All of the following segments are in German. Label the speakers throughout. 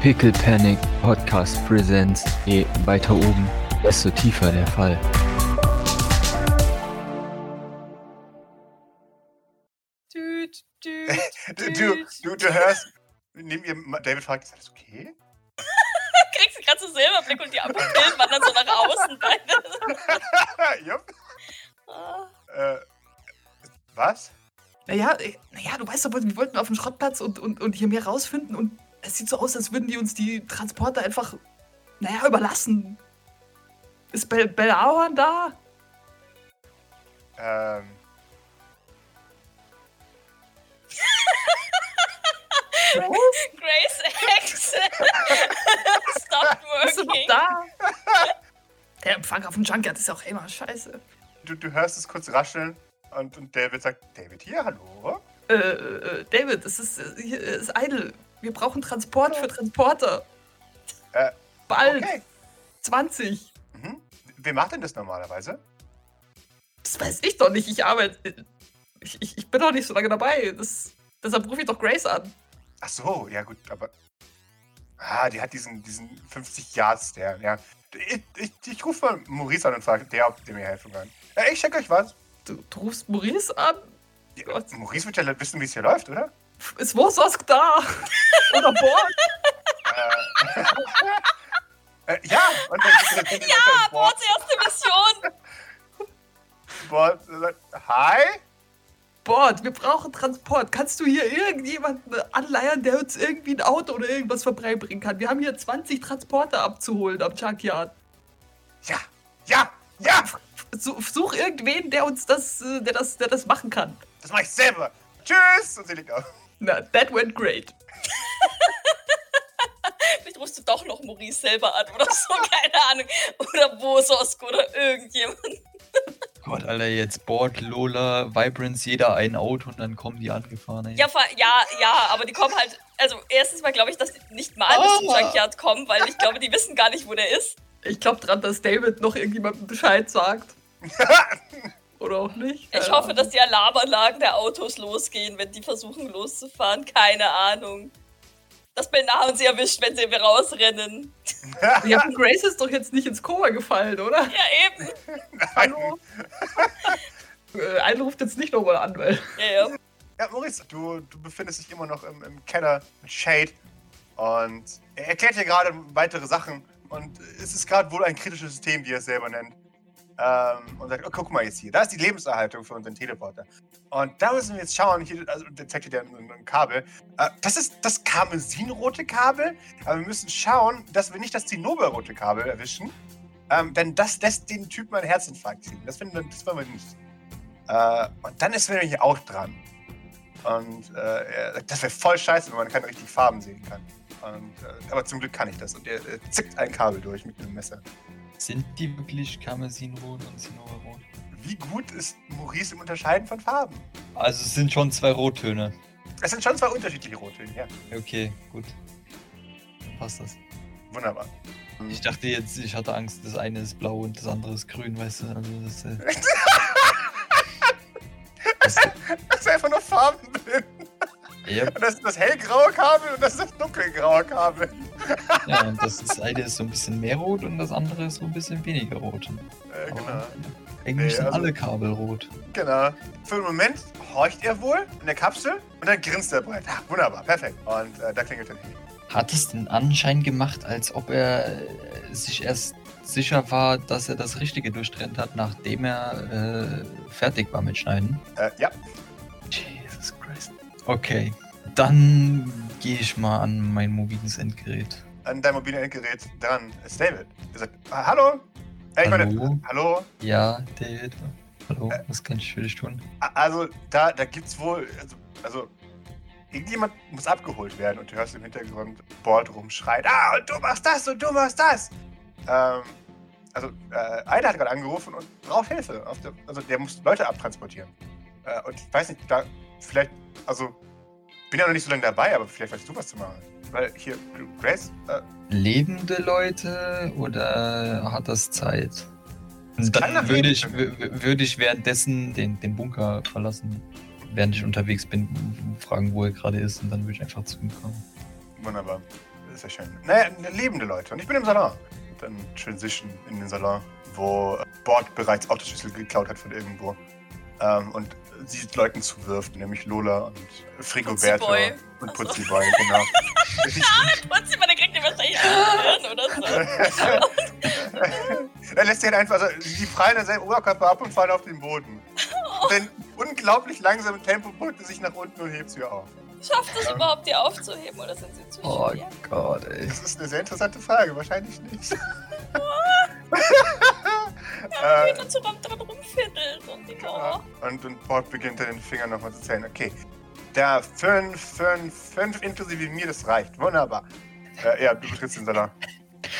Speaker 1: Pickle Panic Podcast Presents. Je weiter oben, desto tiefer der Fall.
Speaker 2: Düt, düt,
Speaker 3: Du, du, du, du hörst, neben ihr, David fragt, ist alles okay?
Speaker 2: kriegst du gerade so Silberblick und die Pupillen wandern so nach außen. beide.
Speaker 3: Jupp.
Speaker 2: Ah,
Speaker 3: Äh, was?
Speaker 4: Naja, äh, naja, du weißt doch, wir wollten auf den Schrottplatz und, und, und hier mehr rausfinden und es sieht so aus, als würden die uns die Transporter einfach, naja, überlassen. Ist Bel Belauern da?
Speaker 3: Ähm,
Speaker 4: Was?
Speaker 2: Grace X stopped
Speaker 4: Bist du noch
Speaker 2: working.
Speaker 4: da? Der Empfang auf dem Junkyard ist auch immer scheiße.
Speaker 3: du, du hörst es kurz rascheln und, und David sagt, David hier, hallo?
Speaker 4: Äh, äh, David, es ist, äh, hier ist Idle. Wir brauchen Transport für Transporter.
Speaker 3: Äh,
Speaker 4: Bald.
Speaker 3: Okay.
Speaker 4: 20.
Speaker 3: Mhm. Wer macht denn das normalerweise?
Speaker 4: Das weiß ich doch nicht. Ich arbeite. Ich, ich, ich bin doch nicht so lange dabei. Das, deshalb rufe ich doch Grace an.
Speaker 3: Ach so, ja gut, aber... Ah, die hat diesen, diesen 50 Yards stern ja. Ich, ich, ich rufe mal Maurice an und frage, der, ob der mir helfen kann. Ja, ich schenke euch was.
Speaker 4: Du, du rufst Maurice an?
Speaker 3: Ja,
Speaker 4: Gott.
Speaker 3: Maurice wird ja wissen, wie es hier läuft, oder?
Speaker 4: Ist Wososk da? Oder Borg?
Speaker 3: Äh, ja! Und dann, ja,
Speaker 2: Boards erste Mission.
Speaker 3: Board sagt, hi?
Speaker 4: Bord, wir brauchen Transport. Kannst du hier irgendjemanden anleiern, der uns irgendwie ein Auto oder irgendwas vorbeibringen kann? Wir haben hier 20 Transporter abzuholen am Junkyard.
Speaker 3: Ja, ja, ja!
Speaker 4: Such, such irgendwen, der uns das, äh, der das, der das machen kann.
Speaker 3: Das mache ich selber. Tschüss! Und sie legt auf.
Speaker 4: Na, that went great.
Speaker 2: Vielleicht rufst du doch noch Maurice selber an oder so, keine Ahnung. Oder Bososk oder irgendjemand.
Speaker 5: Gott, Alter, jetzt Board, Lola, Vibrance, jeder ein Auto und dann kommen die angefahren. Ey.
Speaker 2: Ja, ver- ja, ja, aber die kommen halt. Also, erstens mal glaube ich, dass die nicht mal bis zum
Speaker 5: Ah.
Speaker 2: Junkyard kommen, weil ich glaube, die wissen gar nicht, wo der ist.
Speaker 4: Ich glaube dran, dass David noch irgendjemandem Bescheid sagt. Oder auch nicht.
Speaker 2: Ich
Speaker 4: Keine
Speaker 2: hoffe,
Speaker 4: Ahnung.
Speaker 2: dass die Alarmanlagen der Autos losgehen, wenn die versuchen loszufahren. Keine Ahnung. Dass Belnahon sie erwischt, wenn sie rausrennen.
Speaker 4: Ja, aber Grace ist doch jetzt nicht ins Koma gefallen, oder?
Speaker 2: Ja, eben.
Speaker 4: Hallo? äh, Idle ruft jetzt nicht nochmal an, weil.
Speaker 2: Ja, ja.
Speaker 3: Ja, Maurice, du, du befindest dich immer noch im, im Keller mit Shade. Und er erklärt dir gerade weitere Sachen. Und es ist gerade wohl ein kritisches System, wie er es selber nennt. Ähm, und sagt, oh, guck mal jetzt hier, da ist die Lebenserhaltung für unseren Teleporter. Und da müssen wir jetzt schauen, hier, also der zeigt dir dann ein, ein Kabel. Äh, das ist das karmesinrote Kabel, aber wir müssen schauen, dass wir nicht das zinnoberrote Kabel erwischen. Ähm, denn das lässt den Typen einen Herzinfarkt kriegen. Das, finden, wir- das wollen wir nicht. Äh, und dann ist wir nämlich auch dran. Und äh, er sagt, das wäre voll scheiße, wenn man keine richtigen Farben sehen kann. Und, äh, aber zum Glück kann ich das. Und er äh, zickt ein Kabel durch mit einem Messer.
Speaker 5: Sind die wirklich Karmesinrot und Zinnoberrot?
Speaker 3: Wie gut ist Maurice im Unterscheiden von Farben?
Speaker 5: Also es sind schon zwei Rottöne.
Speaker 3: Es sind schon zwei unterschiedliche Rottöne, ja.
Speaker 5: Okay, gut. Dann passt das.
Speaker 3: Wunderbar.
Speaker 5: Ich dachte jetzt, ich hatte Angst, das eine ist blau und das andere ist grün, weißt du? Also das, äh,
Speaker 3: Das ist einfach nur Farben drin.
Speaker 5: ja,
Speaker 3: Und das ist das hellgraue Kabel und das ist das dunkelgraue Kabel.
Speaker 5: ja, und das ist, eine ist so ein bisschen mehr rot und das andere ist so ein bisschen weniger rot.
Speaker 3: Äh,
Speaker 5: Aber
Speaker 3: genau.
Speaker 5: Eigentlich
Speaker 3: Nee,
Speaker 5: sind
Speaker 3: also-
Speaker 5: alle Kabel rot.
Speaker 3: Genau. Für den Moment horcht er wohl in der Kapsel und dann grinst er breit. Ah, wunderbar, perfekt. Und äh, da klingelt er nicht.
Speaker 5: hat es den Anschein gemacht, als ob er äh, sich erst sicher war, dass er das Richtige durchtrennt hat, nachdem er äh, fertig war mit Schneiden.
Speaker 3: Äh, ja,
Speaker 5: Jesus Christ. Okay, dann gehe ich mal an mein mobiles Endgerät.
Speaker 3: an dein mobiles Endgerät dran ist David. Er sagt, ah, hallo. Äh, ich meine,
Speaker 5: Hallo?
Speaker 3: hallo.
Speaker 5: Ja, David. Hallo, was kann ich für dich tun?
Speaker 3: A- Also, da, da gibt's wohl. Also, also, irgendjemand muss abgeholt werden und du hörst im Hintergrund Bord rumschreit. Ah, und du machst das und du machst das. Ähm, also, äh, einer hat gerade angerufen und braucht Hilfe. Auf der, also, der muss Leute abtransportieren. Äh, und ich weiß nicht, da vielleicht. Also, bin ja noch nicht so lange dabei, aber vielleicht weißt du was zu machen. Weil hier, Grace, äh,
Speaker 5: Lebende Leute oder hat das Zeit?
Speaker 3: kann nach
Speaker 5: Dann würde
Speaker 3: Leben
Speaker 5: ich, wür- wür- würde ich währenddessen den, den Bunker verlassen, während ich unterwegs bin, fragen, wo er gerade ist und dann würde ich einfach zu ihm kommen.
Speaker 3: Wunderbar. ist ja schön. Naja, lebende Leute. Und ich bin im Salon. Und dann Transition in den Salon, wo äh, Bord bereits Autoschlüssel geklaut hat von irgendwo. Ähm, und sie Leuten zuwirft, nämlich Lola und Frigoberto
Speaker 2: Putziboy.
Speaker 3: und
Speaker 2: Ach so.
Speaker 3: Putziboy, genau. Richtig.
Speaker 2: Und sie, man, der kriegt den wahrscheinlich Hirn oder so.
Speaker 3: er lässt sie halt einfach, also die fallen an seinem Oberkörper ab und fallen auf den Boden. Denn unglaublich langsamen Tempo beugt er sich nach unten und hebt sie auf.
Speaker 2: Schafft es überhaupt, die aufzuheben oder sind sie zu
Speaker 5: Oh
Speaker 2: schwer?
Speaker 5: Gott, ey.
Speaker 3: Das ist eine sehr interessante Frage, wahrscheinlich nicht.
Speaker 2: Ja, genau.
Speaker 3: äh,
Speaker 2: wieder zu rum, dran rumfiddelt und die
Speaker 3: genau.
Speaker 2: Mauer.
Speaker 3: Und, und Port beginnt dann den Finger nochmal zu zählen. Okay. Da fünf, fünf, fünf inklusive mir, das reicht. Wunderbar. Äh, ja, du betrittst den Salon.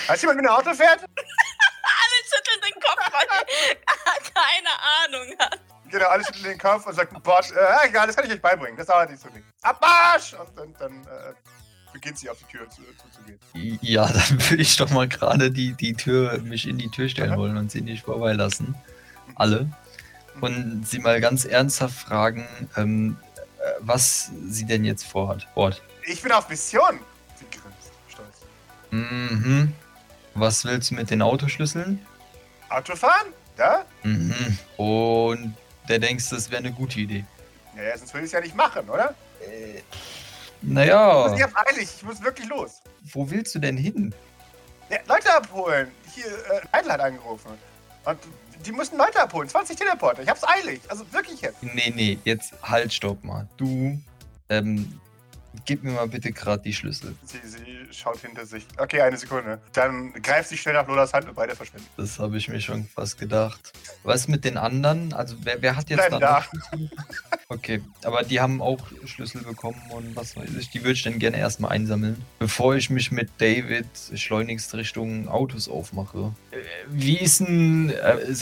Speaker 3: Hat jemand mit dem Auto fährt?
Speaker 2: Alle schütteln den Kopf, weil die keine Ahnung hat.
Speaker 3: Genau, alle schütteln den Kopf und sagen, Bord, äh, egal, das kann ich euch beibringen. Das dauert nicht so viel. Abmarsch! Und dann, dann äh, beginnt sie auf die Tür zu- zuzugehen.
Speaker 5: Ja, dann würde ich doch mal gerade die, die Tür, mich in die Tür stellen wollen und sie nicht vorbeilassen. Alle. Und sie mal ganz ernsthaft fragen, ähm, äh, was sie denn jetzt vorhat. Bord.
Speaker 3: ich bin auf Mission! Sie grinst, stolz.
Speaker 5: Mhm. Was willst du mit den Autoschlüsseln?
Speaker 3: Autofahren? Ja?
Speaker 5: Mhm. Und der denkst, das wäre eine gute Idee.
Speaker 3: Naja, sonst würde ich es ja nicht machen, oder? Ich
Speaker 5: Naja, Oh.
Speaker 3: muss hier eilig, ich muss wirklich los.
Speaker 5: wo willst du denn hin?
Speaker 3: Ja, Leute abholen! Hier, äh, Heidel hat angerufen. Und die müssen Leute abholen, 20 Teleporter. Ich hab's eilig. Also wirklich jetzt.
Speaker 5: Nee, nee, jetzt halt, stopp mal. Du, ähm, gib mir mal bitte gerade die Schlüssel.
Speaker 3: Sie, sie schaut hinter sich. Okay, eine Sekunde. Dann greift sie schnell nach Lolas Hand und beide verschwinden.
Speaker 5: Das habe ich mir schon fast gedacht. Was mit den anderen? Also, wer, wer hat jetzt
Speaker 3: Bleiben da.
Speaker 5: Okay, aber die haben auch Schlüssel bekommen und was weiß ich. Die würde ich dann gerne erstmal einsammeln, bevor ich mich mit David schleunigst Richtung Autos aufmache. Äh, Wie ist denn äh,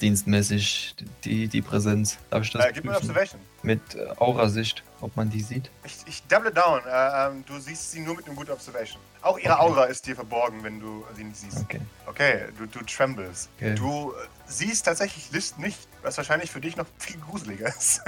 Speaker 5: sicherheitsdienstmäßig die, die Präsenz? Darf ich das
Speaker 3: Äh, gib mir eine
Speaker 5: prüfen?
Speaker 3: Observation.
Speaker 5: mit äh, Aurasicht, ob man die sieht?
Speaker 3: Ich, ich double down. Äh, ähm, du siehst sie nur mit einem guten Observation. Auch ihre Aura ist dir verborgen, wenn du sie nicht siehst.
Speaker 5: Okay.
Speaker 3: Okay, du, du trembles.
Speaker 5: Okay.
Speaker 3: Du äh, siehst tatsächlich List nicht, was wahrscheinlich für dich noch viel gruseliger ist.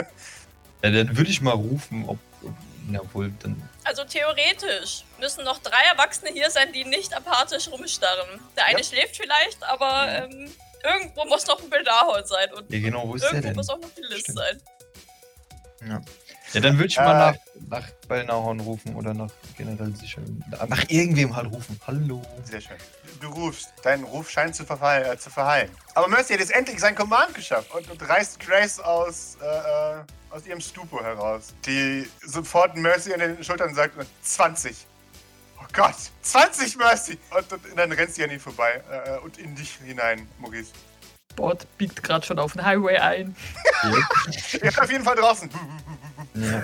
Speaker 5: Ja, dann würde ich mal rufen, ob. ob- Na wohl, dann.
Speaker 2: Also theoretisch müssen noch drei Erwachsene hier sein, die nicht apathisch rumstarren. Der eine
Speaker 3: Ja.
Speaker 2: schläft vielleicht, aber
Speaker 4: Mhm.
Speaker 2: ähm, irgendwo muss noch ein Bildahorn sein und
Speaker 5: Ja, genau, wo ist der
Speaker 2: irgendwo
Speaker 5: denn?
Speaker 2: muss auch noch die List
Speaker 5: Stimmt.
Speaker 2: sein.
Speaker 5: Ja, dann würde ich mal
Speaker 3: Äh.
Speaker 5: nach, nach Bellnahorn rufen oder nach generell sicher. Nach irgendwem halt rufen. Hallo.
Speaker 3: Sehr schön. Du rufst. Dein Ruf scheint zu, verfall, äh, zu verhallen. Aber Mercy hat jetzt endlich sein Command geschafft und, und reißt Grace aus, äh, äh, aus ihrem Stupor heraus, die sofort Mercy an den Schultern sagt, 20. Oh Gott, 20 Mercy! Und, und, dann rennt sie an ihn vorbei äh, und in dich hinein, Maurice.
Speaker 4: Bord biegt gerade schon auf den Highway ein.
Speaker 3: Er ist auf jeden Fall draußen.
Speaker 5: Ja.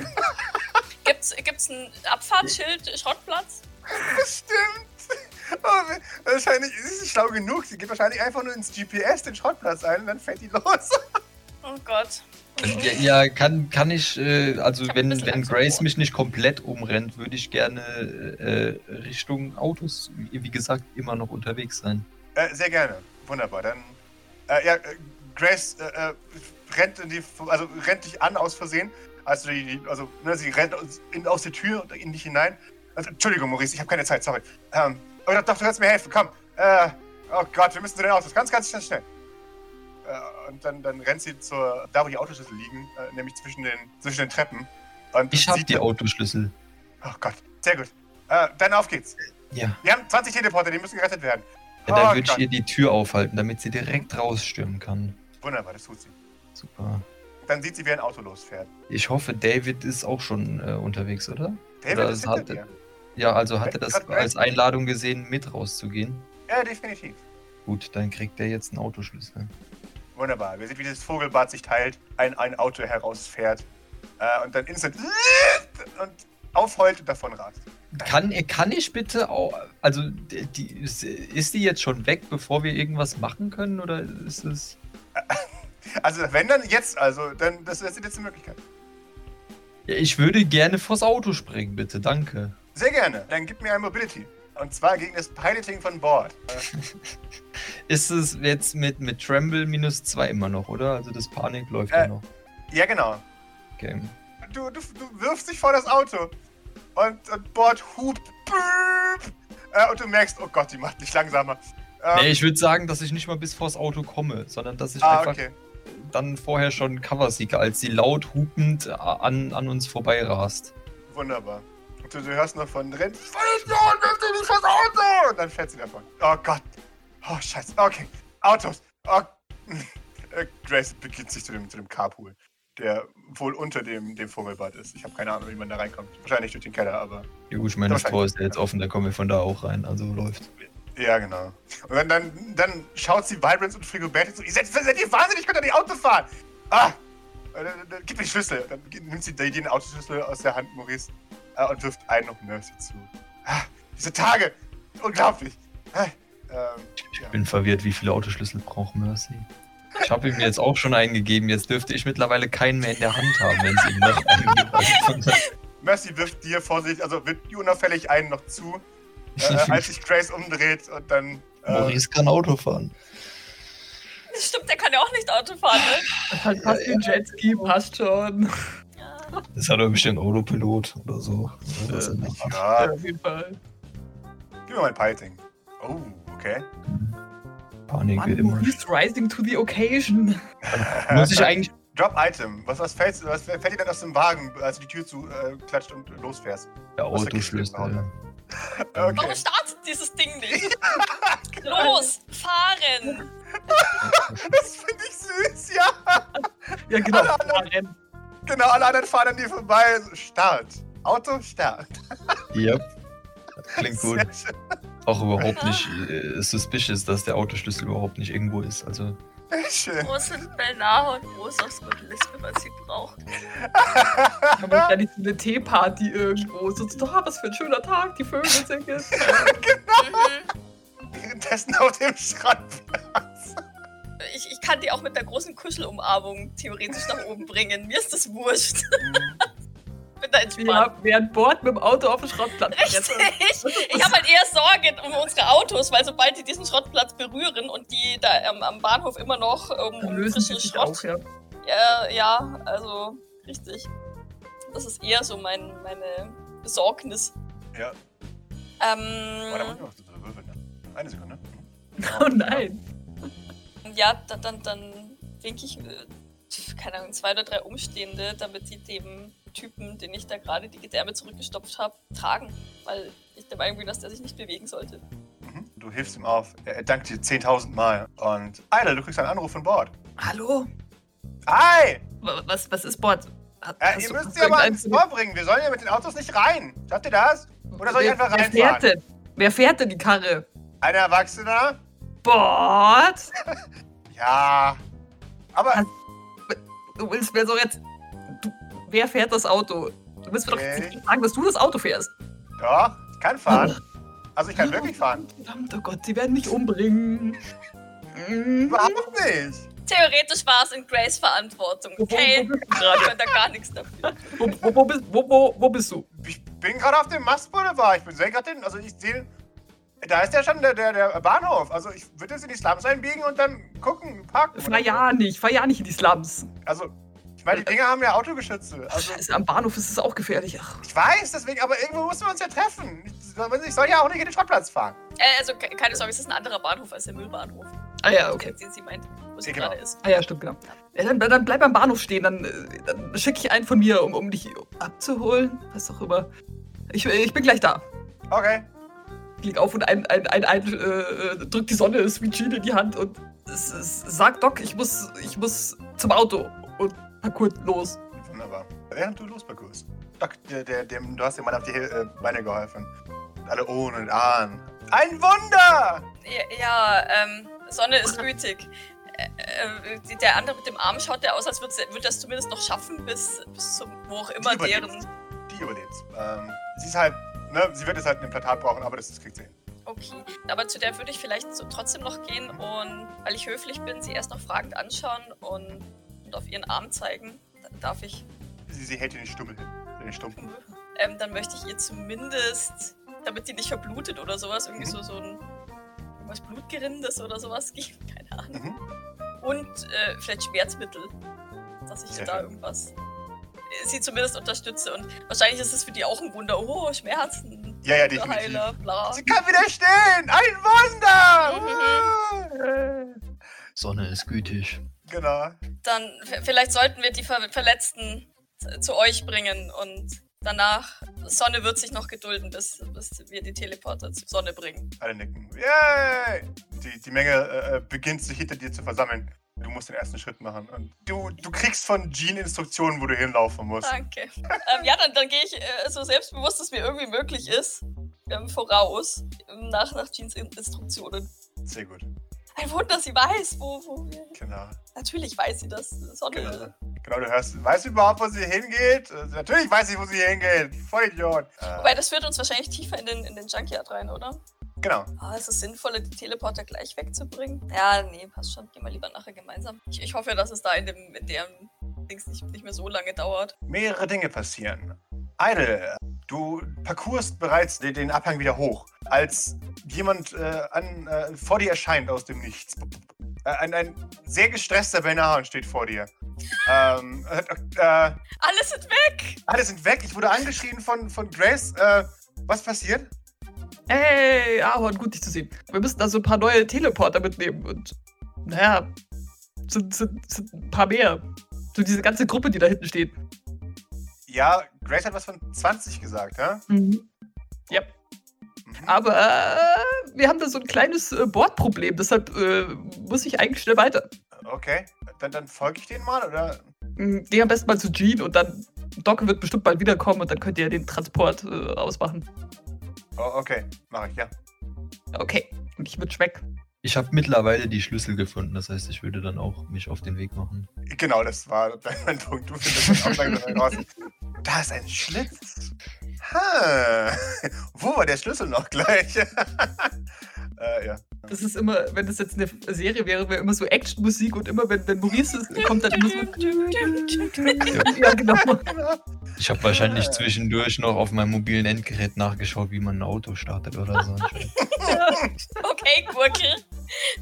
Speaker 2: Gibt's, gibt's ein Abfahrtsschild, Schrottplatz?
Speaker 3: Stimmt. Aber wir- Oh, wahrscheinlich ist sie schlau genug. Sie geht wahrscheinlich einfach nur ins GPS den Schrottplatz ein und dann fährt die los.
Speaker 2: Oh Gott.
Speaker 5: Ja, ja kann, kann ich, äh, also
Speaker 2: Ich hab ein
Speaker 5: wenn,
Speaker 2: bisschen
Speaker 5: wenn
Speaker 2: Angst
Speaker 5: Grace
Speaker 2: vor.
Speaker 5: mich nicht komplett umrennt, würde ich gerne äh, Richtung Autos, wie wie gesagt, immer noch unterwegs sein.
Speaker 3: Äh, sehr gerne. Wunderbar. Dann. Äh, ja, äh, Grace äh, äh, rennt in die, also rennt dich an aus Versehen. Also, die, die- also ne, sie rennt aus- in, aus der Tür und in dich hinein. Also, Entschuldigung, Maurice, ich habe keine Zeit, sorry. Ähm, aber doch, du kannst mir helfen, komm. Äh, oh Gott, wir müssen zu den Autos. Ganz, ganz schnell, schnell. Äh, und dann, dann rennt sie zur, da wo die Autoschlüssel liegen, äh, nämlich zwischen den, zwischen den Treppen. Und
Speaker 5: Ich habe
Speaker 3: sieht-
Speaker 5: die Autoschlüssel.
Speaker 3: Oh Gott, sehr gut. Äh, dann auf geht's.
Speaker 5: Ja.
Speaker 3: Wir haben 20 Teleporter, die müssen gerettet werden.
Speaker 5: ja dann
Speaker 3: Oh
Speaker 5: würde ich
Speaker 3: Gott.
Speaker 5: ihr die Tür aufhalten, damit sie direkt rausstürmen kann.
Speaker 3: Wunderbar, das tut sie.
Speaker 5: Super.
Speaker 3: Dann sieht sie, wie ein Auto losfährt.
Speaker 5: Ich hoffe, David ist auch schon äh, unterwegs, oder?
Speaker 3: David
Speaker 5: Oder
Speaker 3: ist
Speaker 5: es
Speaker 3: hinter
Speaker 5: hat-
Speaker 3: dir.
Speaker 5: Ja, also hat er das
Speaker 3: Hat Grace-
Speaker 5: als Einladung gesehen, mit rauszugehen.
Speaker 3: Ja, definitiv.
Speaker 5: Gut, dann kriegt er jetzt einen Autoschlüssel.
Speaker 3: Wunderbar. Wir sehen, wie dieses Vogelbad sich teilt, ein, ein Auto herausfährt äh, und dann instant und aufheult und davon rast.
Speaker 5: Kann, kann ich bitte auch. Also, die, die- ist die jetzt schon weg, bevor wir irgendwas machen können? Oder ist es.
Speaker 3: Also wenn dann jetzt, also dann das, das ist jetzt eine Möglichkeit.
Speaker 5: Ja, ich würde gerne vors Auto springen, bitte. Danke.
Speaker 3: Sehr gerne. Dann gib mir ein Mobility. Und zwar gegen das Piloting von Bord. Äh,
Speaker 5: Ist es jetzt mit, mit Tremble minus 2 immer noch, oder? Also, das Panik läuft
Speaker 3: Äh.
Speaker 5: ja noch.
Speaker 3: Ja, genau.
Speaker 5: Okay.
Speaker 3: Du, du, du wirfst dich vor das Auto und, und Bord hupt. Äh, und du merkst, oh Gott, die macht nicht langsamer. Ähm,
Speaker 5: Nee, ich würde sagen, dass ich nicht mal bis vors Auto komme, sondern dass ich
Speaker 3: ah,
Speaker 5: einfach
Speaker 3: okay.
Speaker 5: dann vorher schon Cover seeke, als sie laut hupend an, an uns vorbeirast.
Speaker 3: Wunderbar. Und du, du hörst noch von drin, Vollidiot, nimmst du nicht das Auto! Und dann fährt sie davon. Oh Gott. Oh, scheiße. Okay. Autos. Oh. Äh, Grace beginnt sich zu dem, zu dem Carpool, der wohl unter dem, dem Vogelbad ist. Ich habe keine Ahnung, wie man da reinkommt. Wahrscheinlich durch den Keller, aber...
Speaker 5: Ja, gut, ich meine,
Speaker 3: Wahrscheinlich.
Speaker 5: das Tor ist ja jetzt offen, da kommen wir von da auch rein, also läuft.
Speaker 3: Ja, genau. Und dann, dann, dann schaut sie Vibrance und Frigobert zu. Ihr seid, seid ihr wahnsinnig, könnt ihr nicht Auto fahren? Ah! Äh, dann- dann Gib mir Schlüssel. Dann ge- nimmt sie den den Autoschlüssel aus der Hand Maurice äh, und wirft einen auf Mercy zu. Ah, diese Tage! Unglaublich! Ah, ähm,
Speaker 5: Ich bin verwirrt, wie viele Autoschlüssel braucht Mercy. Ich habe ihm jetzt auch schon einen gegeben, jetzt dürfte ich mittlerweile keinen mehr in der Hand haben, wenn sie ihm noch einen gibt. Also von-
Speaker 3: Mercy wirft dir vorsichtig, also wirft dir unauffällig einen noch zu, äh, als sich Grace umdreht und dann. Äh,
Speaker 5: Maurice kann Auto fahren.
Speaker 2: Das stimmt, der kann ja auch nicht Auto fahren, ne?
Speaker 4: Halt passt den Jetski, passt schon.
Speaker 2: Ja.
Speaker 5: Das hat er bestimmt Autopilot oder so. Weiß ich nicht.
Speaker 3: ja,
Speaker 4: auf jeden Fall.
Speaker 3: Ah, gib mir mal ein Piloting. Oh, okay.
Speaker 5: Panik
Speaker 4: Mann,
Speaker 5: wird immer.
Speaker 4: Maurice rising to the occasion.
Speaker 5: Muss ich eigentlich.
Speaker 3: Drop Item. Was, was, fällt, was fällt dir denn aus dem Wagen, als du die Tür zu äh, klatscht und losfährst?
Speaker 5: Der
Speaker 3: Was vergisst du
Speaker 5: Autoschlüssel. Ähm.
Speaker 3: Okay.
Speaker 2: Warum startet dieses Ding nicht? Los, fahren!
Speaker 3: Das finde ich süß, ja.
Speaker 4: Ja, genau.
Speaker 3: Alle Genau, alle anderen fahren an dir vorbei. So, Start. Auto, Start.
Speaker 5: Ja. Klingt gut.
Speaker 3: Sehr schön.
Speaker 5: Auch überhaupt nicht äh, suspicious, dass der Autoschlüssel überhaupt nicht irgendwo ist. Also,
Speaker 3: Sehr schön.
Speaker 2: Wo sind Belnaro und wo ist auch Lisbeth, was sie braucht?
Speaker 4: Haben wir ja nicht so eine Teeparty irgendwo. So, so, ah, was für ein schöner Tag, die Vögel singen.
Speaker 2: Mhm.
Speaker 3: Währenddessen auf dem Schrank.
Speaker 4: Äh.
Speaker 2: Ich, ich kann die auch mit der großen Kuschelumarmung theoretisch nach oben bringen. Mir ist das wurscht. Bin da
Speaker 4: Wir
Speaker 2: entspannt.
Speaker 4: haben während Bord mit dem Auto auf dem Schrottplatz.
Speaker 2: Richtig. Ich habe halt eher Sorge um unsere Autos, weil sobald die diesen Schrottplatz berühren und die da ähm, am Bahnhof immer noch ähm,
Speaker 4: Dann
Speaker 2: um
Speaker 4: lösen sie
Speaker 2: frischen
Speaker 4: sich
Speaker 2: Schrott
Speaker 4: auch, ja.
Speaker 2: Ja, Äh, ja, also richtig. Das ist eher so mein, meine Besorgnis.
Speaker 3: Ja. Oh, da muss
Speaker 2: Ähm,
Speaker 3: ich noch so würfeln. ne? Eine Sekunde.
Speaker 4: Oh nein.
Speaker 2: ja, dann, dann, dann denke ich, äh, pf, keine Ahnung, zwei oder drei Umstehende, damit sie dem Typen, den ich da gerade die Gedärme zurückgestopft habe, tragen. Weil ich der Meinung bin, dass der sich nicht bewegen sollte.
Speaker 3: Mhm. Du hilfst ihm auf. Er, er dankt dir 10.000 Mal. Und Eile, du kriegst einen Anruf von Bord.
Speaker 4: Hallo?
Speaker 3: Hi!
Speaker 4: Wa- Was, was ist Bord? Hat-
Speaker 3: Äh,
Speaker 4: hast
Speaker 3: ihr
Speaker 4: du-
Speaker 3: müsst
Speaker 4: hast
Speaker 3: sie aber
Speaker 4: du
Speaker 3: ans
Speaker 4: irgendein-
Speaker 3: Tor bringen. Wir sollen ja mit den Autos nicht rein. Schafft ihr das? Oder soll ich einfach
Speaker 4: wer
Speaker 3: reinfahren?
Speaker 4: Fährt denn? Wer fährt denn die Karre?
Speaker 3: Ein Erwachsener?
Speaker 4: Bord?
Speaker 3: Ja. Aber
Speaker 4: Du willst mir so jetzt. Du, wer fährt das Auto? Du willst mir
Speaker 3: Okay.
Speaker 4: doch sagen, dass du das Auto fährst.
Speaker 3: doch, ich kann fahren. Also ich kann wirklich fahren.
Speaker 4: Verdammt, oh Gott, sie werden mich umbringen.
Speaker 3: Überhaupt nicht.
Speaker 2: Theoretisch war es in Grace Verantwortung, okay? Ich kann da gar nichts dafür.
Speaker 4: Wo, wo, wo, bist, wo, wo, wo bist du?
Speaker 3: Ich bin gerade auf dem Mastboulevard. Ich bin sehr gerade den. Also ich sehe. Da ist ja schon der, der, der Bahnhof. Also ich würde jetzt in die Slums einbiegen und dann gucken, parken.
Speaker 4: Fahr ja nicht, fahr ja nicht in die Slums.
Speaker 3: Also, ich meine, die Dinger haben ja Autogeschütze. Also
Speaker 4: Scheiße, am Bahnhof ist es auch gefährlich. Ach,
Speaker 3: ich weiß, deswegen, aber irgendwo müssen wir uns ja treffen. Ich, ich soll ja auch nicht in den Schrottplatz fahren.
Speaker 2: Äh, also ke- keine Sorge, es ist ein anderer Bahnhof als der Müllbahnhof.
Speaker 4: ah ja, okay.
Speaker 2: Den sie meint, wo sie
Speaker 3: Ja, genau.
Speaker 2: gerade ist.
Speaker 4: Ah ja, stimmt, genau. Ja, dann, dann bleib am Bahnhof stehen, dann, äh, dann schicke ich einen von mir, um, um dich abzuholen. Was auch immer. Ich, äh, ich bin gleich da.
Speaker 3: Okay.
Speaker 4: Ich leg auf und ein, ein, ein, ein äh, drückt die Sonne Sweet Jean in die Hand und s- s- sagt, Doc, ich muss, ich muss zum Auto und parkour los.
Speaker 3: Wunderbar. Während du losparcourst. Doc, der, der, dem, du hast dem Mann auf die Hil- äh, Beine geholfen. Alle ohne und Ahnen. Ein Wunder!
Speaker 2: Ja, ja ähm, Sonne ist gütig. Äh, äh, die- der andere mit dem Arm schaut ja aus, als würde würd das zumindest noch schaffen, bis, bis zum, wo auch immer
Speaker 3: überlebt.
Speaker 2: deren.
Speaker 3: Die überlebt. Ähm, sie ist halt, ne, sie wird jetzt halt ein Implantat brauchen, aber das, das kriegt sie hin.
Speaker 2: Okay. Aber zu der würde ich vielleicht so trotzdem noch gehen und, weil ich höflich bin, sie erst noch fragend anschauen und, und auf ihren Arm zeigen. Da- Darf ich?
Speaker 3: Sie, sie hält dir den Stummel hin. Den Stumpen.
Speaker 2: Ähm, dann möchte ich ihr zumindest, damit die nicht verblutet oder sowas, irgendwie
Speaker 3: Mhm.
Speaker 2: so, so ein irgendwas Blutgerinnendes oder sowas geben. Keine Ahnung.
Speaker 3: Mhm.
Speaker 2: und äh, vielleicht Schmerzmittel, dass ich
Speaker 3: Sehr
Speaker 2: da
Speaker 3: schön.
Speaker 2: irgendwas äh, sie zumindest unterstütze. Und wahrscheinlich ist es für die auch ein Wunder. Oh, Schmerzen.
Speaker 3: Ja,
Speaker 2: der
Speaker 3: ja, definitiv.
Speaker 2: Heiler, bla.
Speaker 3: Sie kann wieder stehen! Ein Wunder! Uh!
Speaker 5: Sonne ist gütig.
Speaker 3: genau.
Speaker 2: Dann v- vielleicht sollten wir die Ver Verletzten z- zu euch bringen und danach, Sonne wird sich noch gedulden, bis, bis wir die Teleporter zur Sonne bringen.
Speaker 3: Alle nicken. Yay! Die, die Menge äh, äh, beginnt sich hinter dir zu versammeln. Du musst den ersten Schritt machen. Und du, du kriegst von Jean Instruktionen, wo du hinlaufen musst.
Speaker 2: Danke. ähm, ja, dann, dann gehe ich äh, so selbstbewusst, es mir irgendwie möglich ist, ähm, voraus, ähm, nach, nach Jeans In- Instruktionen.
Speaker 3: Sehr gut.
Speaker 2: Ein Wunder, sie weiß, wo, wo wir.
Speaker 3: Genau.
Speaker 2: Natürlich weiß sie das. Sonne.
Speaker 3: Genau, genau du hörst. Weißt du überhaupt, wo sie hingeht? Äh, natürlich weiß ich, wo sie hingeht. Voll Idiot.
Speaker 2: Wobei,
Speaker 3: Äh,
Speaker 2: das führt uns wahrscheinlich tiefer in den, in den Junkyard rein, oder?
Speaker 3: genau.
Speaker 2: Ah, ist es sinnvoller, die Teleporter gleich wegzubringen? Ja, nee, passt schon. Gehen wir lieber nachher gemeinsam. Ich, ich hoffe, dass es da in dem, in deren Dings nicht, nicht mehr so lange dauert.
Speaker 3: mehrere Dinge passieren. Eine, du parcourst bereits den, den Abhang wieder hoch, als jemand äh, an, äh, vor dir erscheint aus dem Nichts. Äh, ein, ein sehr gestresster Benahan steht vor dir. ähm, äh, äh,
Speaker 2: Alle sind weg!
Speaker 3: alle sind weg. Ich wurde angeschrien von, von Grace. Äh, was passiert?
Speaker 4: Hey, Ahorn, gut, dich zu sehen. Wir müssen da so ein paar neue Teleporter mitnehmen und, naja, sind, sind, sind ein paar mehr. So diese ganze Gruppe, die da hinten steht.
Speaker 3: Ja, Grace hat was von 20 gesagt, ja? Mhm.
Speaker 4: Aber äh, wir haben da so ein kleines äh, Bordproblem, deshalb äh, muss ich eigentlich schnell weiter.
Speaker 3: Okay, dann, dann folge ich denen mal, oder?
Speaker 4: Mhm, Geh am besten mal zu Jean und dann Doc wird bestimmt bald wiederkommen und dann könnt ihr den Transport äh, ausmachen.
Speaker 3: Oh, okay, mache ich, ja.
Speaker 4: Okay, und ich mit weg.
Speaker 5: Ich habe mittlerweile die Schlüssel gefunden, das heißt, ich würde dann auch mich auf den Weg machen.
Speaker 3: Genau, das war mein Punkt. Du findest das auch langsam raus. Da ist ein Schlitz. Ha. Wo war der Schlüssel noch gleich? äh, ja.
Speaker 4: Das ist immer, wenn das jetzt eine Serie wäre, wäre immer so Actionmusik und immer, wenn, wenn Maurice es- kommt, dann immer so. ja, genau.
Speaker 5: Ich habe wahrscheinlich zwischendurch noch auf meinem mobilen Endgerät nachgeschaut, wie man ein Auto startet oder so.
Speaker 2: Okay, Gurke.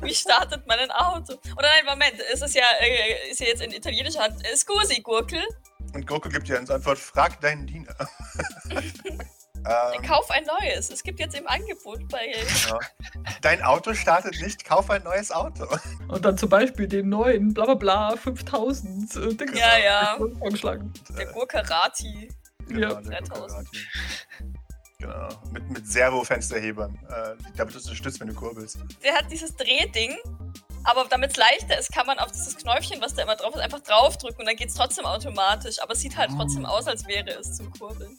Speaker 2: Wie startet man ein Auto? Oder nein, Moment, es ist ja, äh, ist ja jetzt in italienischer Hand. Äh, Scusi, Gurke.
Speaker 3: Und Goku gibt dir als Antwort: Frag deinen Diener. ähm, genau.
Speaker 2: Kauf ein neues. Es gibt jetzt im Angebot bei.
Speaker 3: dein Auto startet nicht, kauf ein neues Auto.
Speaker 4: Und dann zum Beispiel den neuen, bla bla bla, 5000 äh, Dings.
Speaker 2: Ja, ja.
Speaker 4: Vorgeschlagen.
Speaker 2: Der Gurke Rati.
Speaker 4: Ja.
Speaker 3: äh, der Goku
Speaker 2: 3000.
Speaker 3: hat ihn. Genau, mit, mit Servo-Fensterhebern. Äh, damit wirst du unterstützt, wenn du kurbelst.
Speaker 2: der hat dieses Drehding, aber damit es leichter ist, kann man auf dieses Knäufchen, was da immer drauf ist, einfach draufdrücken und dann geht es trotzdem automatisch. Aber es sieht halt trotzdem aus, als wäre es zum Kurbeln.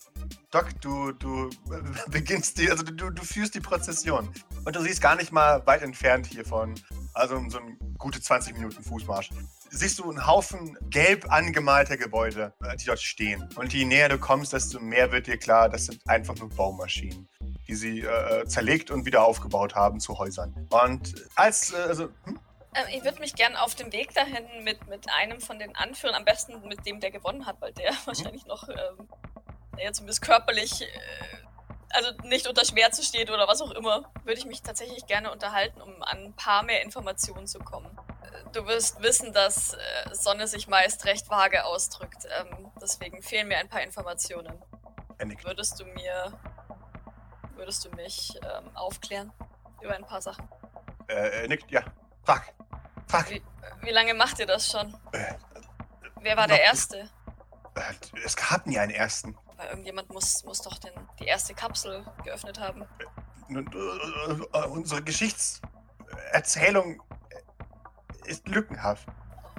Speaker 3: Doc, du, du beginnst die, also du, du führst die Prozession. Und du siehst gar nicht mal weit entfernt hiervon, also so ein gute 20 Minuten Fußmarsch, siehst du einen Haufen gelb angemalter Gebäude, äh, die dort stehen. Und je näher du kommst, desto mehr wird dir klar, das sind einfach nur Baumaschinen, die sie äh, zerlegt und wieder aufgebaut haben zu Häusern. Und als, äh, also, hm,
Speaker 2: Ähm, ich würde mich gern auf dem Weg dahin mit, mit einem von den Anführern, am besten mit dem, der gewonnen hat, weil der wahrscheinlich noch, ähm, naja, zumindest körperlich, äh, also nicht unter Schmerzen steht oder was auch immer, würde ich mich tatsächlich gerne unterhalten, um an ein paar mehr Informationen zu kommen. Äh, Du wirst wissen, dass äh, Sonne sich meist recht vage ausdrückt. Ähm, deswegen fehlen mir ein paar Informationen.
Speaker 3: er nickt.
Speaker 2: Würdest du mir, würdest du mich ähm, aufklären über ein paar Sachen?
Speaker 3: Äh, er nickt, ja. Fuck. Fuck.
Speaker 2: Wie, wie lange macht ihr das schon?
Speaker 3: Äh,
Speaker 2: Wer war der
Speaker 3: noch-
Speaker 2: Erste?
Speaker 3: Äh, es gab nie einen ersten.
Speaker 2: Weil irgendjemand muss, muss doch den, die erste Kapsel geöffnet haben.
Speaker 3: Nun, äh, äh, unsere Geschichtserzählung äh, ist lückenhaft.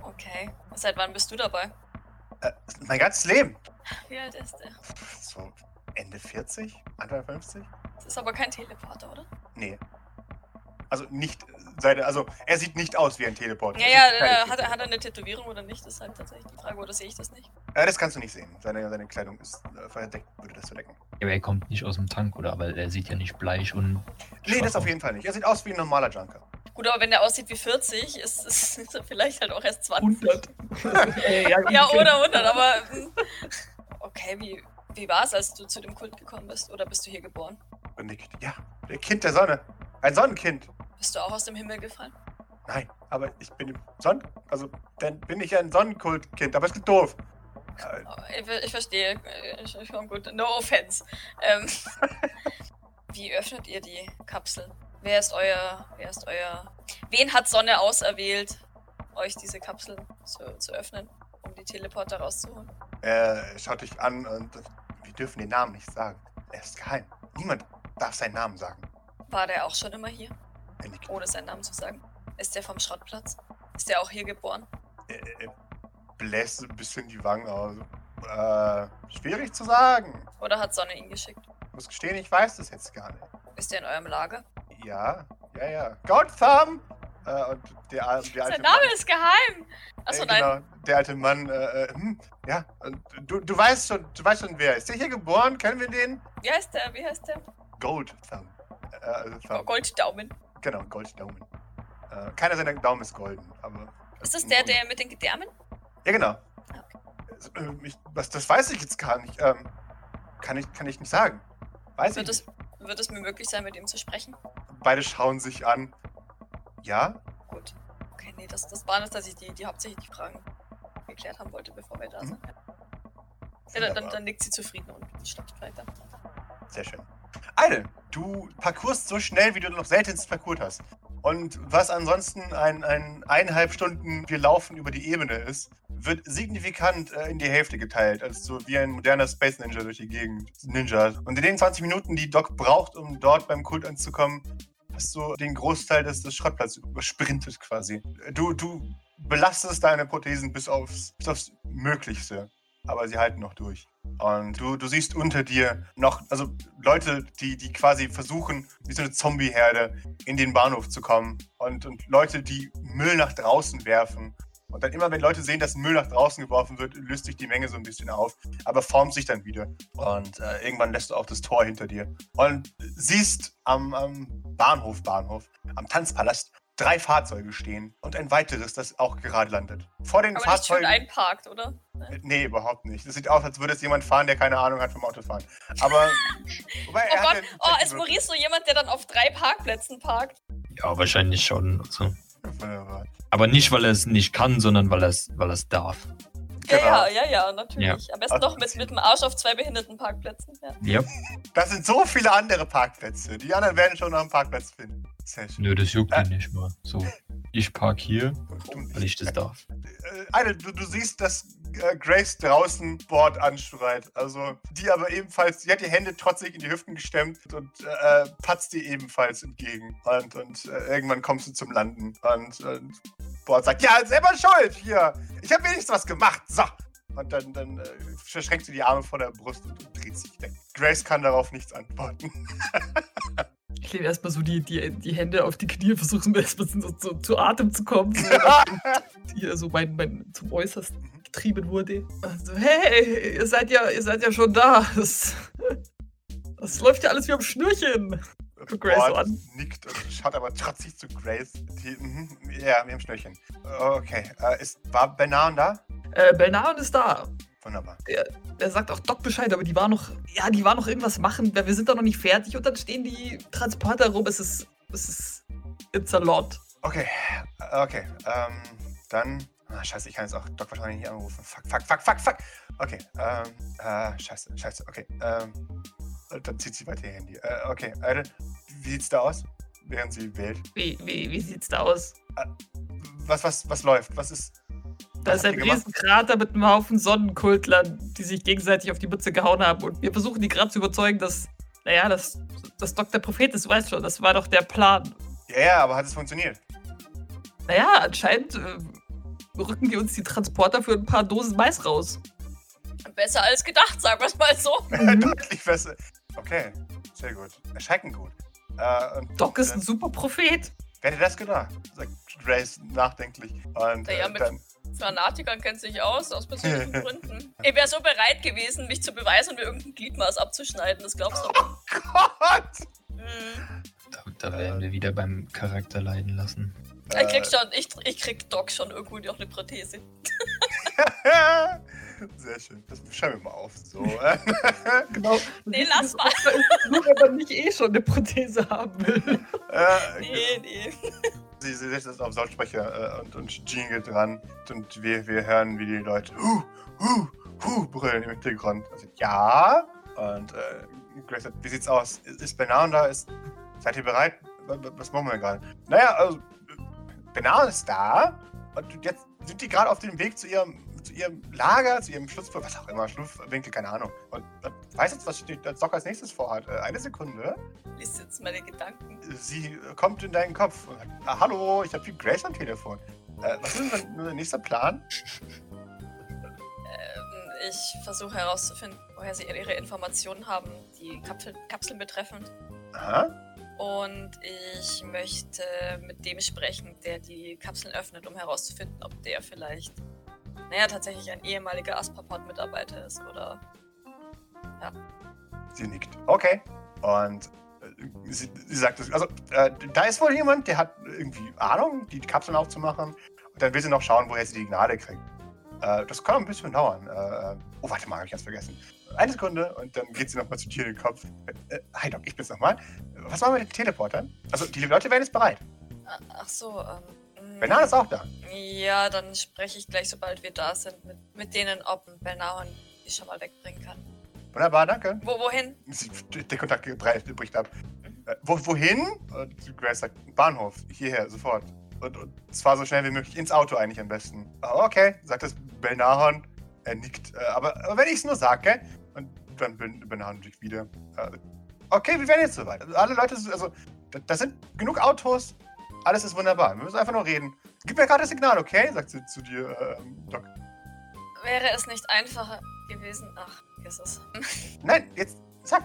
Speaker 2: Okay. Seit wann bist du dabei?
Speaker 3: Äh, Mein ganzes Leben.
Speaker 2: Wie alt ist er?
Speaker 3: So Ende 40, Anfang 50?
Speaker 2: Das ist aber kein Teleporter, oder?
Speaker 3: Nee. Also nicht seit, also er sieht nicht aus wie ein Teleporter.
Speaker 2: Ja,
Speaker 3: Er
Speaker 2: ja,
Speaker 3: sieht keine
Speaker 2: äh, hat, er- hat er
Speaker 3: Teleporter.
Speaker 2: eine Tätowierung oder nicht? Das ist halt tatsächlich die Frage, oder sehe ich das nicht?
Speaker 3: Äh, das kannst du nicht sehen. Seine, seine Kleidung ist äh, verdeckt, würde das verdecken.
Speaker 5: Aber er kommt nicht aus dem Tank, oder? Weil er sieht ja nicht bleich und.
Speaker 3: Nee, das auf jeden Fall nicht. Er sieht aus wie ein normaler Junker.
Speaker 2: Gut, aber wenn der aussieht wie 40, ist, ist, ist er vielleicht halt auch erst 20.
Speaker 4: 100. Äh, ja,
Speaker 2: Ja, oder 100, aber. hm. Okay, wie, wie war es, als du zu dem Kult gekommen bist? Oder bist du hier geboren?
Speaker 3: Und nickt. Ja, der Kind der Sonne. Ein Sonnenkind.
Speaker 2: Bist du auch aus dem Himmel gefallen?
Speaker 3: Nein, aber ich bin im Sonnen... Also, dann bin ich ein Sonnenkultkind, aber es ist doof. Äh,
Speaker 2: Ich, ver- ich verstehe. äh, Schon gut. No offense. Ähm, Wie öffnet ihr die Kapsel? Wer ist euer. Wer ist euer. Wen hat Sonne auserwählt, euch diese Kapseln zu, zu öffnen, um die Teleporter rauszuholen?
Speaker 3: Er Äh, schaut dich an und wir dürfen den Namen nicht sagen. Er ist geheim. Niemand darf seinen Namen sagen.
Speaker 2: War der auch schon immer hier,
Speaker 3: Er nickt.
Speaker 2: ohne seinen Namen zu sagen? Ist der vom Schrottplatz? Ist der auch hier geboren?
Speaker 3: Er, er äh, bläst ein bisschen die Wangen aus. Äh, schwierig zu sagen.
Speaker 2: Oder hat Sonne ihn geschickt?
Speaker 3: Muss gestehen, ich weiß das jetzt gar nicht.
Speaker 2: Ist der in eurem Lager?
Speaker 3: Ja, ja, ja. Gotham! Äh, und der, al- der alte
Speaker 2: Sein Name
Speaker 3: Mann,
Speaker 2: ist geheim! Achso,
Speaker 3: äh,
Speaker 2: nein.
Speaker 3: Genau, der alte Mann, äh, äh, hm, ja, und du, du weißt schon, du weißt schon, wer ist. Der hier geboren, kennen wir den?
Speaker 2: Wie heißt der? Wie heißt der?
Speaker 3: Goldthumb. Äh, also
Speaker 2: Oh,
Speaker 3: Thumb.
Speaker 2: Golddaumen.
Speaker 3: Genau, Golddaumen. Äh, keiner seiner Daumen ist golden, aber.
Speaker 2: Ist das der, der mit den Gedärmen?
Speaker 3: Ja, genau.
Speaker 2: Ah,
Speaker 3: Also, äh, Ich, was, das weiß ich jetzt gar nicht. Ähm, kann, ich, kann ich nicht sagen. Weiß ich
Speaker 2: Wird es,
Speaker 3: nicht.
Speaker 2: wird es mir möglich sein, mit ihm zu sprechen?
Speaker 3: Beide schauen sich an. Ja?
Speaker 2: Gut. Okay, nee, das, das waren es, dass ich die, die hauptsächlich die Fragen geklärt haben wollte, bevor wir da
Speaker 3: Mhm.
Speaker 2: sind. Ja, dann, dann,
Speaker 3: Wunderbar. Hm,
Speaker 2: dann nickt sie zufrieden und stoppt weiter.
Speaker 3: Sehr schön. Eile, du parkourst so schnell, wie du noch seltenst parkourt hast. Und was ansonsten ein, ein eineinhalb Stunden wir laufen über die Ebene ist, wird signifikant äh, in die Hälfte geteilt, also so wie ein moderner Space Ninja durch die Gegend. Ninja. Und in den 20 Minuten, die Doc braucht, um dort beim Kult anzukommen, hast du den Großteil des, des Schrottplatzes übersprintet quasi. Du, du belastest deine Prothesen bis aufs, bis aufs Möglichste, aber sie halten noch durch. Und du, du siehst unter dir noch, also Leute, die, die quasi versuchen, wie so eine Zombieherde in den Bahnhof zu kommen. Und, und Leute, die Müll nach draußen werfen. Und dann immer, wenn Leute sehen, dass Müll nach draußen geworfen wird, löst sich die Menge so ein bisschen auf, aber formt sich dann wieder. Und äh, irgendwann lässt du auch das Tor hinter dir. Und siehst am, am Bahnhof, Bahnhof, am Tanzpalast drei Fahrzeuge stehen und ein weiteres, das auch gerade landet. Vor den
Speaker 2: Aber nicht schön
Speaker 3: Fahrzeugen.
Speaker 2: einparkt, oder?
Speaker 3: Äh, Nee, überhaupt nicht. Das sieht aus, als würde es jemand fahren, der keine Ahnung hat vom Autofahren. Aber. wobei,
Speaker 2: Oh
Speaker 3: er hat
Speaker 2: Gott,
Speaker 3: ja-
Speaker 2: oh, ist Maurice so jemand, der dann auf drei Parkplätzen parkt?
Speaker 6: Ja, wahrscheinlich schon. Also.
Speaker 3: Wunderbar.
Speaker 6: Aber nicht, weil er es nicht kann, sondern weil er es weil er es darf.
Speaker 3: Genau.
Speaker 2: Ja, ja, ja, ja, natürlich. Am besten
Speaker 3: Also-
Speaker 2: noch mit, mit dem Arsch auf zwei Behindertenparkplätzen. Ja.
Speaker 6: Ja.
Speaker 3: Das sind so viele andere Parkplätze. Die anderen werden schon noch einen Parkplatz finden. Sehr schön.
Speaker 6: Nö, das juckt
Speaker 3: Äh.
Speaker 6: ihn nicht mal. So, ich park hier, Hm. weil ich das darf.
Speaker 3: Äh, Eine, du, du siehst, dass äh, Grace draußen Bord anschreit. Also, die aber ebenfalls, die hat die Hände trotzig in die Hüften gestemmt und äh, patzt dir ebenfalls entgegen. Und, und äh, irgendwann kommst du zum Landen. Und, und Bord sagt: Ja, selber schuld hier. Ich habe wenigstens was gemacht. So. Und dann, dann äh, verschränkt sie die Arme vor der Brust und dreht sich weg. Grace kann darauf nichts antworten.
Speaker 4: Ich lege erstmal so die, die, die Hände auf die Knie und versuche mir erstmal so, so zu Atem zu kommen. So, hier so mein, mein zum Äußersten getrieben wurde. Also, hey, ihr seid ja, ihr seid ja schon da. Das, das läuft ja alles wie am Schnürchen. Guck Grace so an.
Speaker 3: nickt und schaut aber trotzig zu Grace. Die, mhm, ja, wir haben Schnürchen. Okay, äh, ist, war Benan da?
Speaker 4: Äh, Belnahan ist da.
Speaker 3: Wunderbar.
Speaker 4: Er sagt auch Doc Bescheid, aber die war noch, ja, die war noch irgendwas machen, weil wir sind da noch nicht fertig und dann stehen die Transporter rum. Es ist, es ist, it's a lot.
Speaker 3: Okay, äh, okay. Ähm, dann. Ah, scheiße, ich kann jetzt auch Doc wahrscheinlich nicht anrufen. Fuck, fuck, fuck, fuck, fuck. Okay, ähm, äh, scheiße, scheiße, okay. Ähm, und dann zieht sie weiter ihr Handy. Äh, okay, Alter, wie sieht's da aus? Während sie wählt.
Speaker 4: Wie, wie, wie sieht's da aus?
Speaker 3: Was, was, was läuft? Was ist.
Speaker 4: Da
Speaker 3: Was
Speaker 4: ist
Speaker 3: habt
Speaker 4: ein
Speaker 3: ihr gemacht?
Speaker 4: Riesenkrater mit einem Haufen Sonnenkultlern, die sich gegenseitig auf die Mütze gehauen haben. Und wir versuchen die gerade zu überzeugen, dass, naja, dass, dass Dr. Prophet ist, du weißt schon, das war doch der Plan.
Speaker 3: Ja, ja, aber hat es funktioniert?
Speaker 4: Naja, anscheinend äh, rücken die uns die Transporter für ein paar Dosen Mais raus.
Speaker 2: Besser als gedacht, sagen wir es mal so.
Speaker 4: Mhm.
Speaker 3: Deutlich besser. Okay, sehr gut. Erschreckend gut. Äh, und
Speaker 4: Doc ist
Speaker 3: dann-
Speaker 4: ein super Prophet.
Speaker 3: Wer hätte das gedacht? sagt Grace nachdenklich. Und
Speaker 2: Naja,
Speaker 3: äh,
Speaker 2: mit-
Speaker 3: dann,
Speaker 2: Fanatikern kennt sich aus, aus persönlichen Gründen. Ich wäre so bereit gewesen, mich zu beweisen und mir irgendein Gliedmaß abzuschneiden, das glaubst du doch.
Speaker 3: Gott! Hm.
Speaker 2: Mhm.
Speaker 5: Da, da werden wir wieder beim Charakter leiden lassen.
Speaker 2: Ich
Speaker 3: Äh.
Speaker 2: krieg schon, ich, ich krieg Doc schon irgendwo noch eine Prothese.
Speaker 3: Äh, Sehr schön. Das schreiben wir mal auf. So. Äh,
Speaker 4: Genau.
Speaker 2: Nee, lass mal.
Speaker 4: Nur wenn man nicht eh schon eine Prothese haben will.
Speaker 3: äh,
Speaker 2: Nee, nee.
Speaker 3: Sie, sie setzt das auf Lautsprecher äh, und, und Jean geht ran und wir, wir hören, wie die Leute hu, hu, hu brüllen im Hintergrund. Also, ja. Und äh, gewechselt. Wie sieht's aus? Ist, ist Benar da? Ist, seid ihr bereit? W- w- Was machen wir gerade? Naja, also, Benar ist da. Und jetzt sind die gerade auf dem Weg zu ihrem, zu ihrem Lager, zu ihrem Schlupfwinkel, was auch immer, Schlupfwinkel, keine Ahnung. Und äh, weiß jetzt, was die- der Zock als nächstes vorhat. Äh, Eine Sekunde.
Speaker 2: Lies jetzt meine Gedanken.
Speaker 3: Sie äh, kommt in deinen Kopf und sagt, ah, hallo, ich habe viel Grace am Telefon. Äh, was ist denn unser nächster Plan?
Speaker 2: Ähm, ich versuche herauszufinden, woher sie ihre Informationen haben, die Kapsel, Kapseln betreffend.
Speaker 3: Aha.
Speaker 2: Und ich möchte mit dem sprechen, der die Kapseln öffnet, um herauszufinden, ob der vielleicht, naja, tatsächlich ein ehemaliger Aspaport-Mitarbeiter ist oder
Speaker 3: Sie nickt. Okay. Und äh, sie, sie sagt, es- also, äh, da ist wohl jemand, der hat irgendwie Ahnung, die Kapseln aufzumachen. Und dann will sie noch schauen, woher sie die Gnade kriegt. Äh, das kann ein bisschen dauern. Äh, oh, warte mal, habe ich ganz vergessen. Eine Sekunde und dann geht sie nochmal zu dir in den Kopf. Äh, hi, Doc, ich bin's nochmal. Was machen wir mit den Teleportern? Also, die Leute wären jetzt bereit.
Speaker 2: Ah, Ach so, ähm. mh,
Speaker 3: Bernard ist auch da.
Speaker 2: Ja, dann spreche ich gleich, sobald wir da sind, mit, mit denen, ob Bernauern die schon mal wegbringen kann.
Speaker 3: Wunderbar, danke.
Speaker 2: Wo, wohin?
Speaker 3: Sie, der Kontakt breit- bricht ab. Äh, wo, wohin? Und Grace sagt, Bahnhof, hierher, sofort. Und, und zwar so schnell wie möglich, ins Auto eigentlich am besten. Ah, okay, sagt das Belnahorn. Er nickt, äh, aber, aber wenn ich es nur sage, und dann bin Belnahorn nickt wieder. Äh, okay, wir werden jetzt soweit. Also alle Leute, sind- also da, da sind genug Autos, alles ist wunderbar. Wir müssen einfach nur reden. Gib mir gerade das Signal, okay? Sagt sie zu dir, äh, ähm, Doc.
Speaker 2: Wäre es nicht einfacher gewesen? Ach, ist es.
Speaker 3: Nein, jetzt sag,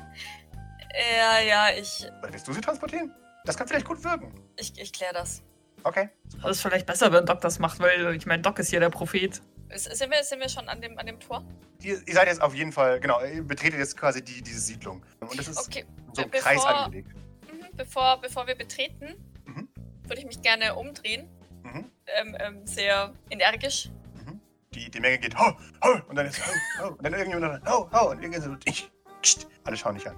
Speaker 2: Ja, ja, ich,
Speaker 3: willst du sie transportieren? Das kann vielleicht gut wirken.
Speaker 2: ich, ich kläre das.
Speaker 3: Okay.
Speaker 4: Das ist vielleicht besser, wenn Doc das macht, weil ich meine, Doc ist hier der Prophet.
Speaker 2: Ist, sind, wir, sind wir schon an dem, an dem Tor?
Speaker 3: Ihr, ihr seid jetzt auf jeden Fall, genau, ihr betretet jetzt quasi die, diese Siedlung. Und das ist
Speaker 2: Okay, äh,
Speaker 3: in so ein
Speaker 2: bevor-
Speaker 3: Kreis angelegt.
Speaker 2: mhm, bevor, bevor wir betreten,
Speaker 3: Mhm.
Speaker 2: würde ich mich gerne umdrehen.
Speaker 3: Mhm.
Speaker 2: Ähm, ähm, sehr energisch.
Speaker 3: Die, die Menge geht, ho, ho, und dann ist, ho, ho, und dann irgendjemand, anderer, ho, ho, und irgendjemand so, ich, pst, alle schauen dich an.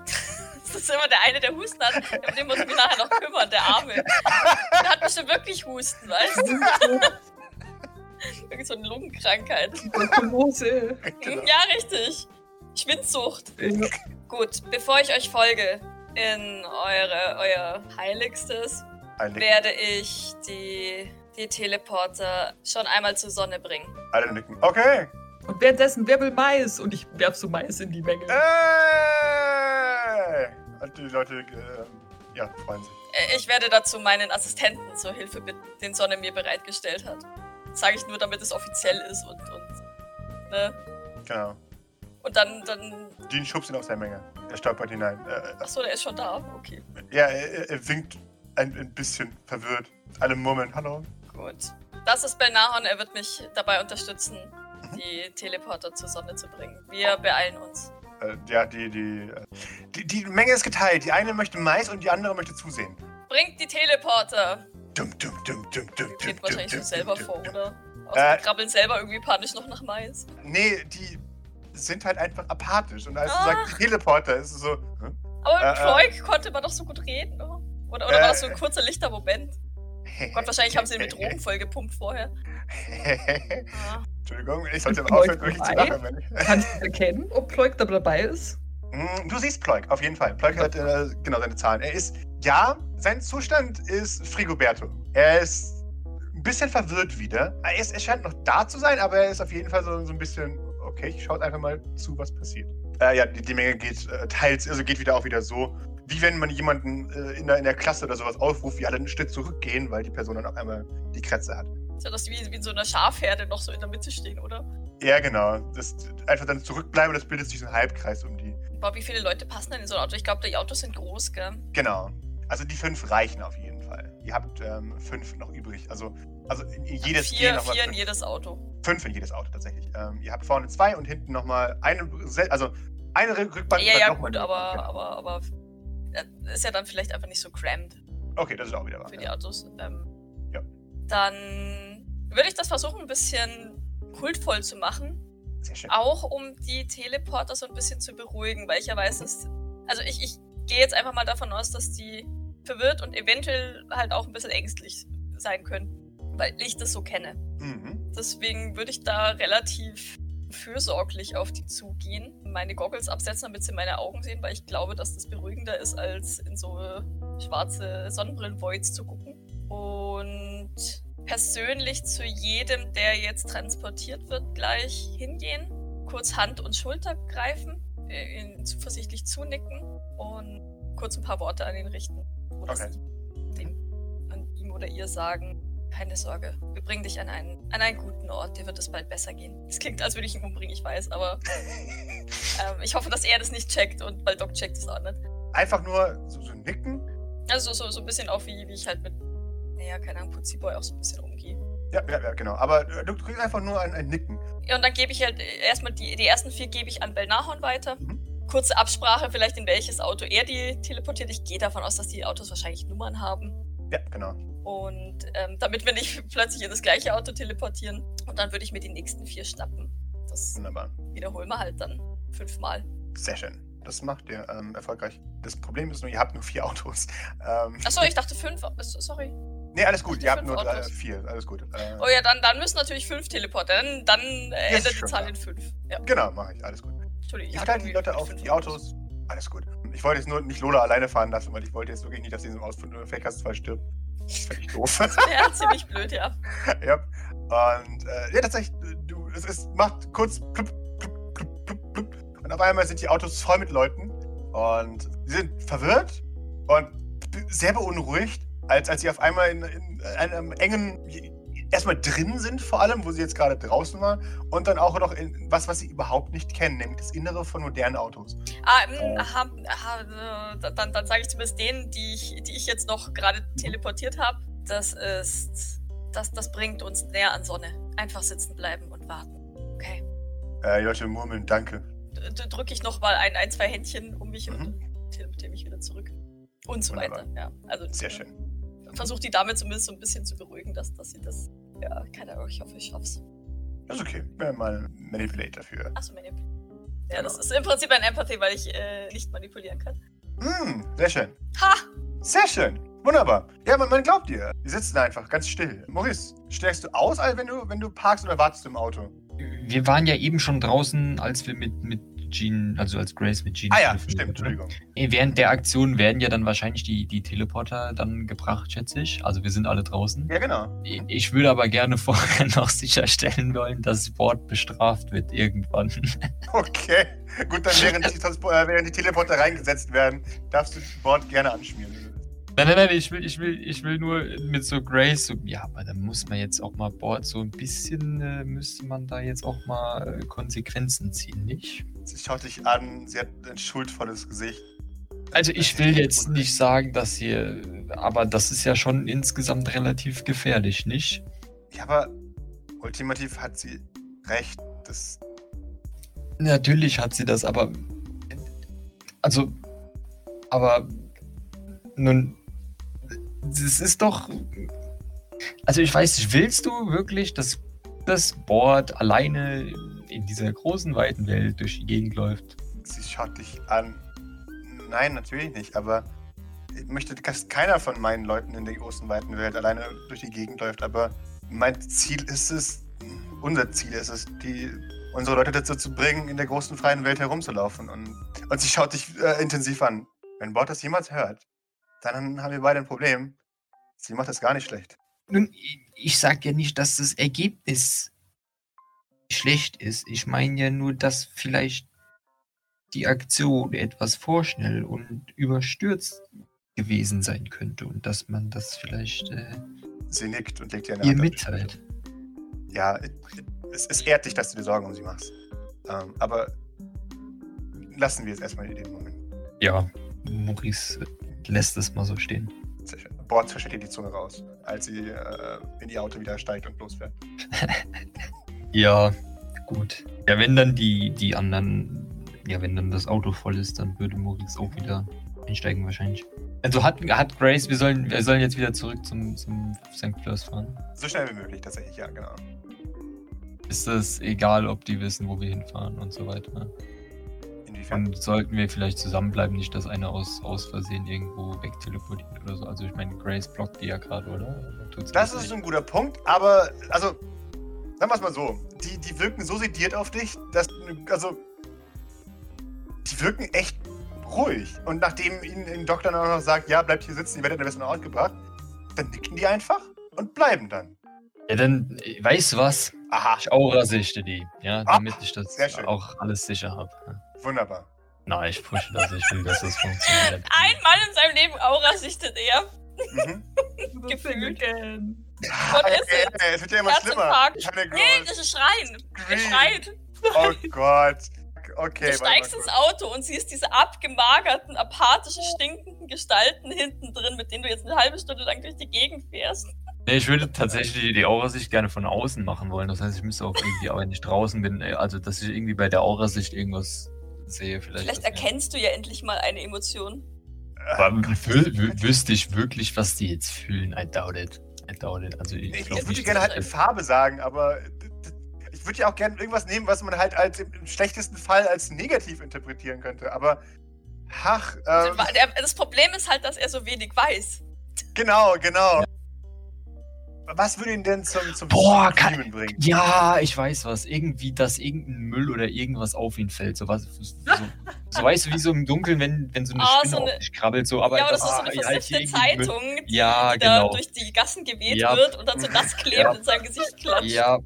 Speaker 2: Das ist immer der eine, der Husten hat. Um den muss ich mich nachher noch kümmern, der Arme. Der hat bestimmt wirklich Husten, weißt du? Irgend so eine Lungenkrankheit.
Speaker 4: Tuberkulose.
Speaker 3: Genau.
Speaker 2: Ja, richtig. Schwindsucht.
Speaker 4: Ja.
Speaker 2: Gut, bevor ich euch folge in eure, euer Heiligstes,
Speaker 3: Alle,
Speaker 2: werde ich die, die Teleporter schon einmal zur Sonne bringen.
Speaker 3: alle nicken, okay.
Speaker 4: Und währenddessen, wer will Mais? Und ich werf so Mais in die Menge.
Speaker 3: Äh, Ey! Und die Leute, äh, ja, freuen sich.
Speaker 2: Äh, Ich werde dazu meinen Assistenten zur Hilfe bitten, den Sonne mir bereitgestellt hat. Sage ich nur, damit es offiziell ist und, und, ne?
Speaker 3: Genau.
Speaker 2: Und dann, dann,
Speaker 3: Dean schubst ihn aus der Menge. Er stolpert hinein. Äh, äh,
Speaker 2: achso, der ist schon da. Okay,
Speaker 3: ja, er, er winkt ein, ein bisschen verwirrt. Alle murmeln, hallo.
Speaker 2: gut. Das ist Belnahon, er wird mich dabei unterstützen, die Teleporter zur Sonne zu bringen. Wir beeilen uns.
Speaker 3: Äh, ja, die, die, äh, die, die Menge ist geteilt. Die eine möchte Mais und die andere möchte zusehen.
Speaker 2: Bringt die Teleporter!
Speaker 3: Dum, dum, dum, dum, dum, dum,
Speaker 2: Geht wahrscheinlich
Speaker 3: dum,
Speaker 2: schon selber
Speaker 3: dum,
Speaker 2: vor,
Speaker 3: dum.
Speaker 2: oder?
Speaker 3: Äh.
Speaker 2: Außer die krabbeln selber irgendwie panisch noch nach Mais.
Speaker 3: Nee, die sind halt einfach apathisch. Und als du
Speaker 2: Ah.
Speaker 3: sagst, die Teleporter, ist es so. hm?
Speaker 2: Aber mit
Speaker 3: Äh, äh.
Speaker 2: Ploik konnte man doch so gut reden, oder? Oder, oder
Speaker 3: Äh.
Speaker 2: war das so ein kurzer lichter Moment? Gott, wahrscheinlich haben sie ihn mit Drogen vollgepumpt vorher. Ah.
Speaker 3: Entschuldigung, ich sollte
Speaker 4: Mit
Speaker 3: aufhören,
Speaker 4: Leuten
Speaker 3: wirklich zu
Speaker 4: dabei?
Speaker 3: lachen. Wenn ich...
Speaker 4: Kann ich erkennen, ob Ploik da dabei ist?
Speaker 3: Hm, Du siehst Ploik, auf jeden Fall. Ploik hat äh, genau seine Zahlen. Er ist, ja, sein Zustand ist Frigoberto. Er ist ein bisschen verwirrt wieder. Er, ist, er scheint noch da zu sein, aber er ist auf jeden Fall so, so ein bisschen, okay, ich schaue einfach mal zu, was passiert. Äh, ja, die, die Menge geht äh, teils, also geht wieder auch wieder so, wie wenn man jemanden äh, in, der, in der Klasse oder sowas aufruft, wie alle einen Schritt zurückgehen, weil die Person dann auf einmal die Krätze hat.
Speaker 2: Ist ja das wie, wie in so einer Schafherde noch so in der Mitte stehen, oder?
Speaker 3: Ja, genau. Das, einfach dann zurückbleiben und das bildet sich so ein Halbkreis um die.
Speaker 2: Boah, wie viele Leute passen denn in so ein Auto? Ich glaube, die Autos sind groß, gell?
Speaker 3: Genau. Also die fünf reichen auf jeden Fall. Ihr habt ähm, fünf noch übrig. Also, also in in jedes gehen
Speaker 2: vier
Speaker 3: nochmal
Speaker 2: vier in
Speaker 3: fünf.
Speaker 2: jedes Auto.
Speaker 3: fünf in jedes Auto tatsächlich. Ähm, ihr habt vorne zwei und hinten nochmal eine, sel- also eine Rück- Rückbank.
Speaker 2: ja,
Speaker 3: und dann
Speaker 2: ja,
Speaker 3: noch mal
Speaker 2: gut,
Speaker 3: eine
Speaker 2: aber,
Speaker 3: Rückbank. genau.
Speaker 2: aber, aber. ja, Ist ja dann vielleicht einfach nicht so crammed.
Speaker 3: Okay, das ist auch wieder wahr.
Speaker 2: für die
Speaker 3: Ja.
Speaker 2: Autos. Ähm,
Speaker 3: Ja.
Speaker 2: Dann würde ich das versuchen, ein bisschen kultvoll zu machen.
Speaker 3: Sehr schön.
Speaker 2: Auch um die Teleporter so ein bisschen zu beruhigen, weil ich ja weiß, dass. Also ich, ich gehe jetzt einfach mal davon aus, dass die verwirrt und eventuell halt auch ein bisschen ängstlich sein könnten, weil ich das so kenne.
Speaker 3: Mhm.
Speaker 2: Deswegen würde ich da relativ fürsorglich auf die zugehen, meine Goggles absetzen, damit sie meine Augen sehen, weil ich glaube, dass das beruhigender ist, als in so schwarze Sonnenbrillen-Voids zu gucken. Und persönlich zu jedem, der jetzt transportiert wird, gleich hingehen, kurz Hand und Schulter greifen, äh, ihn zuversichtlich zunicken und kurz ein paar Worte an ihn richten. Oder
Speaker 3: Okay.
Speaker 2: sie dem, an ihm oder ihr sagen, keine Sorge, wir bringen dich an einen, an einen guten Ort, dir wird es bald besser gehen. Es klingt, als würde ich ihn umbringen, ich weiß, aber ähm, ich hoffe, dass er das nicht checkt und weil Doc checkt es auch nicht.
Speaker 3: Einfach nur so, so nicken.
Speaker 2: Also so, so ein bisschen auch wie, wie ich halt mit, naja, keine Ahnung, Putziboy auch so ein bisschen umgehe.
Speaker 3: Ja, ja, ja genau. Aber äh, du kriegst einfach nur ein, ein Nicken.
Speaker 2: Ja, und dann gebe ich halt erstmal die, die ersten vier gebe ich an Belnahorn weiter.
Speaker 3: Mhm.
Speaker 2: Kurze Absprache, vielleicht in welches Auto er die teleportiert. Ich gehe davon aus, dass die Autos wahrscheinlich Nummern haben.
Speaker 3: Ja, genau.
Speaker 2: Und ähm, damit wir nicht plötzlich in das gleiche Auto teleportieren. Und dann würde ich mir die nächsten vier schnappen. Das
Speaker 3: Wunderbar.
Speaker 2: wiederholen wir halt dann fünfmal.
Speaker 3: Sehr schön. Das macht ihr ähm, erfolgreich. Das Problem ist nur, ihr habt nur vier Autos. Ähm,
Speaker 2: Achso, ich dachte fünf. aber- Sorry.
Speaker 3: nee, alles gut.
Speaker 2: dachte,
Speaker 3: Ihr habt
Speaker 2: fünf
Speaker 3: nur drei,
Speaker 2: Autos.
Speaker 3: vier. Alles gut. Äh,
Speaker 2: Oh ja, dann, dann müssen natürlich fünf teleportieren. Dann, dann äh,
Speaker 3: Das ist
Speaker 2: endet die
Speaker 3: schon
Speaker 2: Zahl
Speaker 3: klar.
Speaker 2: in fünf. Ja,
Speaker 3: Genau, mache ich. Alles gut.
Speaker 2: Entschuldigung.
Speaker 3: Ich
Speaker 2: hab
Speaker 3: verteile die
Speaker 2: irgendwie
Speaker 3: Leute auf
Speaker 2: fünf
Speaker 3: die Autos. Alles gut. Ich wollte jetzt nur nicht Lola alleine fahren lassen, weil ich wollte jetzt wirklich nicht, dass sie in so einem Ausflug oder Fähigkeitsfall stirbt. Das fände ich doof.
Speaker 2: Ja, ziemlich blöd, ja.
Speaker 3: ja. Und äh, ja, tatsächlich, äh, du, es ist, macht kurz plupp, plupp, plupp, plupp, plupp. und auf einmal sind die Autos voll mit Leuten und sie sind verwirrt und sehr beunruhigt, als, als sie auf einmal in, in einem engen, erstmal drin sind vor allem, wo sie jetzt gerade draußen war und dann auch noch in was, was sie überhaupt nicht kennen, nämlich das Innere von modernen Autos.
Speaker 2: Ah, ähm, aha, aha, äh, dann, dann sage ich zumindest denen, die ich, die ich jetzt noch gerade teleportiert habe, das ist, das, das bringt uns näher an Sonne. Einfach sitzen bleiben und warten. Okay.
Speaker 3: Äh, die Leute murmeln, danke.
Speaker 2: Drücke ich nochmal ein, ein, zwei Händchen um mich und
Speaker 3: Mhm.
Speaker 2: dann teleportiere mich wieder zurück. Und so
Speaker 3: Wunderbar.
Speaker 2: weiter. Ja, also
Speaker 3: Sehr schön.
Speaker 2: Versuche die Dame zumindest so ein bisschen zu beruhigen, dass, dass sie das. Ja, keine Ahnung, ich hoffe, ich schaff's.
Speaker 3: Das ist okay. Wir haben mal einen Manipulate dafür.
Speaker 2: Achso, mein Empathy. Ja,
Speaker 3: Genau.
Speaker 2: das ist im Prinzip ein Empathy, weil ich äh, nicht manipulieren kann.
Speaker 3: Hm, sehr schön.
Speaker 2: Ha!
Speaker 3: Sehr schön. Wunderbar. Ja, man, man glaubt dir. Wir sitzen einfach ganz still. Maurice, steigst du aus, wenn du, wenn du parkst oder wartest du im Auto?
Speaker 5: Wir waren ja eben schon draußen, als wir mit, mit Jean, also als Grace mit Jean.
Speaker 3: Ah ja,
Speaker 5: telefoniert
Speaker 3: stimmt,
Speaker 5: hat, ne?
Speaker 3: Entschuldigung.
Speaker 5: Äh, Während der Aktion werden ja dann wahrscheinlich die, die Teleporter dann gebracht, schätze ich. Also wir sind alle draußen.
Speaker 3: Ja, genau.
Speaker 5: Ich- Ich würde aber gerne vorher noch sicherstellen wollen, dass Wort bestraft wird irgendwann.
Speaker 3: Okay. Gut, dann während die, Transpo äh, während die Teleporter reingesetzt werden, darfst du Bord gerne anschmieren. wenn du willst.
Speaker 5: Nein, nein, nein, ich will, ich will, ich will nur mit so Grace, so, ja, aber dann muss man jetzt auch mal Bord so ein bisschen, äh, müsste man da jetzt auch mal äh, Konsequenzen ziehen, nicht?
Speaker 3: Sie schaut dich an, sie hat ein schuldvolles Gesicht.
Speaker 5: Also ich will jetzt nicht sagen, dass hier, aber das ist ja schon insgesamt relativ gefährlich, nicht?
Speaker 3: Ja, aber ultimativ hat sie recht. Das,
Speaker 5: Natürlich hat sie das, aber, also, aber, nun, das ist doch, also ich weiß nicht, willst du wirklich, dass das Board alleine in dieser großen, weiten Welt durch die Gegend läuft?
Speaker 3: sie schaut dich an. Nein, natürlich nicht, aber ich möchte, dass keiner von meinen Leuten in der großen, weiten Welt alleine durch die Gegend läuft, aber mein Ziel ist es, unser Ziel ist es, die, unsere Leute dazu zu bringen, in der großen, freien Welt herumzulaufen. Und, und sie schaut dich äh, intensiv an. Wenn Bord das jemals hört, dann haben wir beide ein Problem. Sie macht das gar nicht schlecht.
Speaker 5: Nun, ich- ich sag ja nicht, dass das Ergebnis schlecht ist. Ich meine ja nur, dass vielleicht die Aktion etwas vorschnell und überstürzt gewesen sein könnte und dass man das vielleicht äh,
Speaker 3: Sie nickt und legt ihr eine
Speaker 5: ihr
Speaker 3: Hand auf die
Speaker 5: mitteilt.
Speaker 3: ja, it- it- es, es ehrt dich, dass du dir Sorgen um sie machst. Ähm, aber lassen wir es erstmal in dem Moment.
Speaker 5: Ja, Maurice äh, lässt es mal so stehen.
Speaker 3: Sehr schön. Bord versteht ihr die Zunge raus, als sie äh, in ihr Auto wieder steigt und losfährt.
Speaker 5: Ja, gut. Ja, wenn dann die, die anderen, ja, wenn dann das Auto voll ist, dann würde Maurice auch wieder einsteigen wahrscheinlich. Also hat, hat Grace, wir sollen, wir sollen jetzt wieder zurück zum, zum St. Klaus fahren.
Speaker 3: So schnell wie möglich, tatsächlich, ja, genau.
Speaker 5: ist es egal, ob die wissen, wo wir hinfahren und so weiter.
Speaker 3: Inwiefern?
Speaker 5: Und sollten wir vielleicht zusammenbleiben, nicht, dass einer aus, aus Versehen irgendwo wegteleportiert oder so. Also ich meine, Grace blockt die ja gerade, oder? Oder tut's
Speaker 3: Das
Speaker 5: das
Speaker 3: ist
Speaker 5: nicht?
Speaker 3: ein guter Punkt, aber also Sagen wir es mal so. Die, die wirken so sediert auf dich, dass. du- Also. Die wirken echt ruhig. Und nachdem ihnen ein Doktor dann auch noch sagt, ja, bleibt hier sitzen, ihr werdet an den besten Ort gebracht, dann nicken die einfach und bleiben dann.
Speaker 5: Ja, dann, äh, weißt du was?
Speaker 3: Aha,
Speaker 5: Ich aurasichte die, ja,
Speaker 3: Ah,
Speaker 5: damit ich das
Speaker 3: sehr schön.
Speaker 5: auch alles sicher habe.
Speaker 3: wunderbar.
Speaker 6: Nein, ich pushe das. Ich will, dass das funktioniert.
Speaker 2: Ein Mann in seinem Leben Aura sichtet er.
Speaker 3: Mhm.
Speaker 2: Gefühlt.
Speaker 4: Again.
Speaker 2: Und ist
Speaker 3: Ey,
Speaker 2: es.
Speaker 3: ey, es wird ja immer schlimmer.
Speaker 2: Herzinfarkt.
Speaker 3: Keine
Speaker 2: Nee, das ist Schreien. Er schreit.
Speaker 3: Oh Gott. Okay,
Speaker 2: Du steigst ins Auto und siehst diese abgemagerten, apathischen, stinkenden Gestalten hinten drin, mit denen du jetzt eine halbe Stunde lang durch die Gegend fährst.
Speaker 6: Nee, ich würde tatsächlich die Aurasicht gerne von außen machen wollen. Das heißt, ich müsste auch irgendwie, aber wenn ich draußen bin, äh, also dass ich irgendwie bei der Aurasicht irgendwas sehe. Vielleicht, dass mir-
Speaker 2: Vielleicht erkennst du ja endlich mal eine Emotion.
Speaker 6: Aber wü- wü- wüsste ich wirklich, was die jetzt fühlen? I doubt it. I doubt it. Also ich,
Speaker 3: Ich,
Speaker 6: glaub
Speaker 3: ich würde
Speaker 6: nicht,
Speaker 3: gerne
Speaker 6: dass
Speaker 3: halt
Speaker 6: ich-
Speaker 3: in Farbe sagen, aber d- d- ich würde ja auch gerne irgendwas nehmen, was man halt als im im schlechtesten Fall als negativ interpretieren könnte. Aber ach, ähm,
Speaker 2: Der- Das Problem ist halt, dass er so wenig weiß.
Speaker 3: genau, genau. Was würde ihn denn zum, zum
Speaker 5: Boah, kann-
Speaker 3: Streamen bringen?
Speaker 5: Ja, ich weiß was. Irgendwie, dass irgendein Müll oder irgendwas auf ihn fällt. So was. So, so weißt du, wie so im Dunkeln, wenn, wenn so eine
Speaker 2: Ah,
Speaker 5: Spinne
Speaker 2: so eine-
Speaker 5: auf dich krabbelt. So, aber
Speaker 2: ja, aber
Speaker 5: dass
Speaker 2: das ist so eine
Speaker 5: halt
Speaker 2: versiffte
Speaker 5: hier irgendwie Müll-
Speaker 2: Zeitung, die,
Speaker 5: Ja,
Speaker 2: die da
Speaker 5: genau.
Speaker 2: durch die Gassen geweht
Speaker 5: Ja.
Speaker 2: wird und dann so nass klebt
Speaker 5: Ja.
Speaker 2: und sein Gesicht klatscht.
Speaker 5: Ja,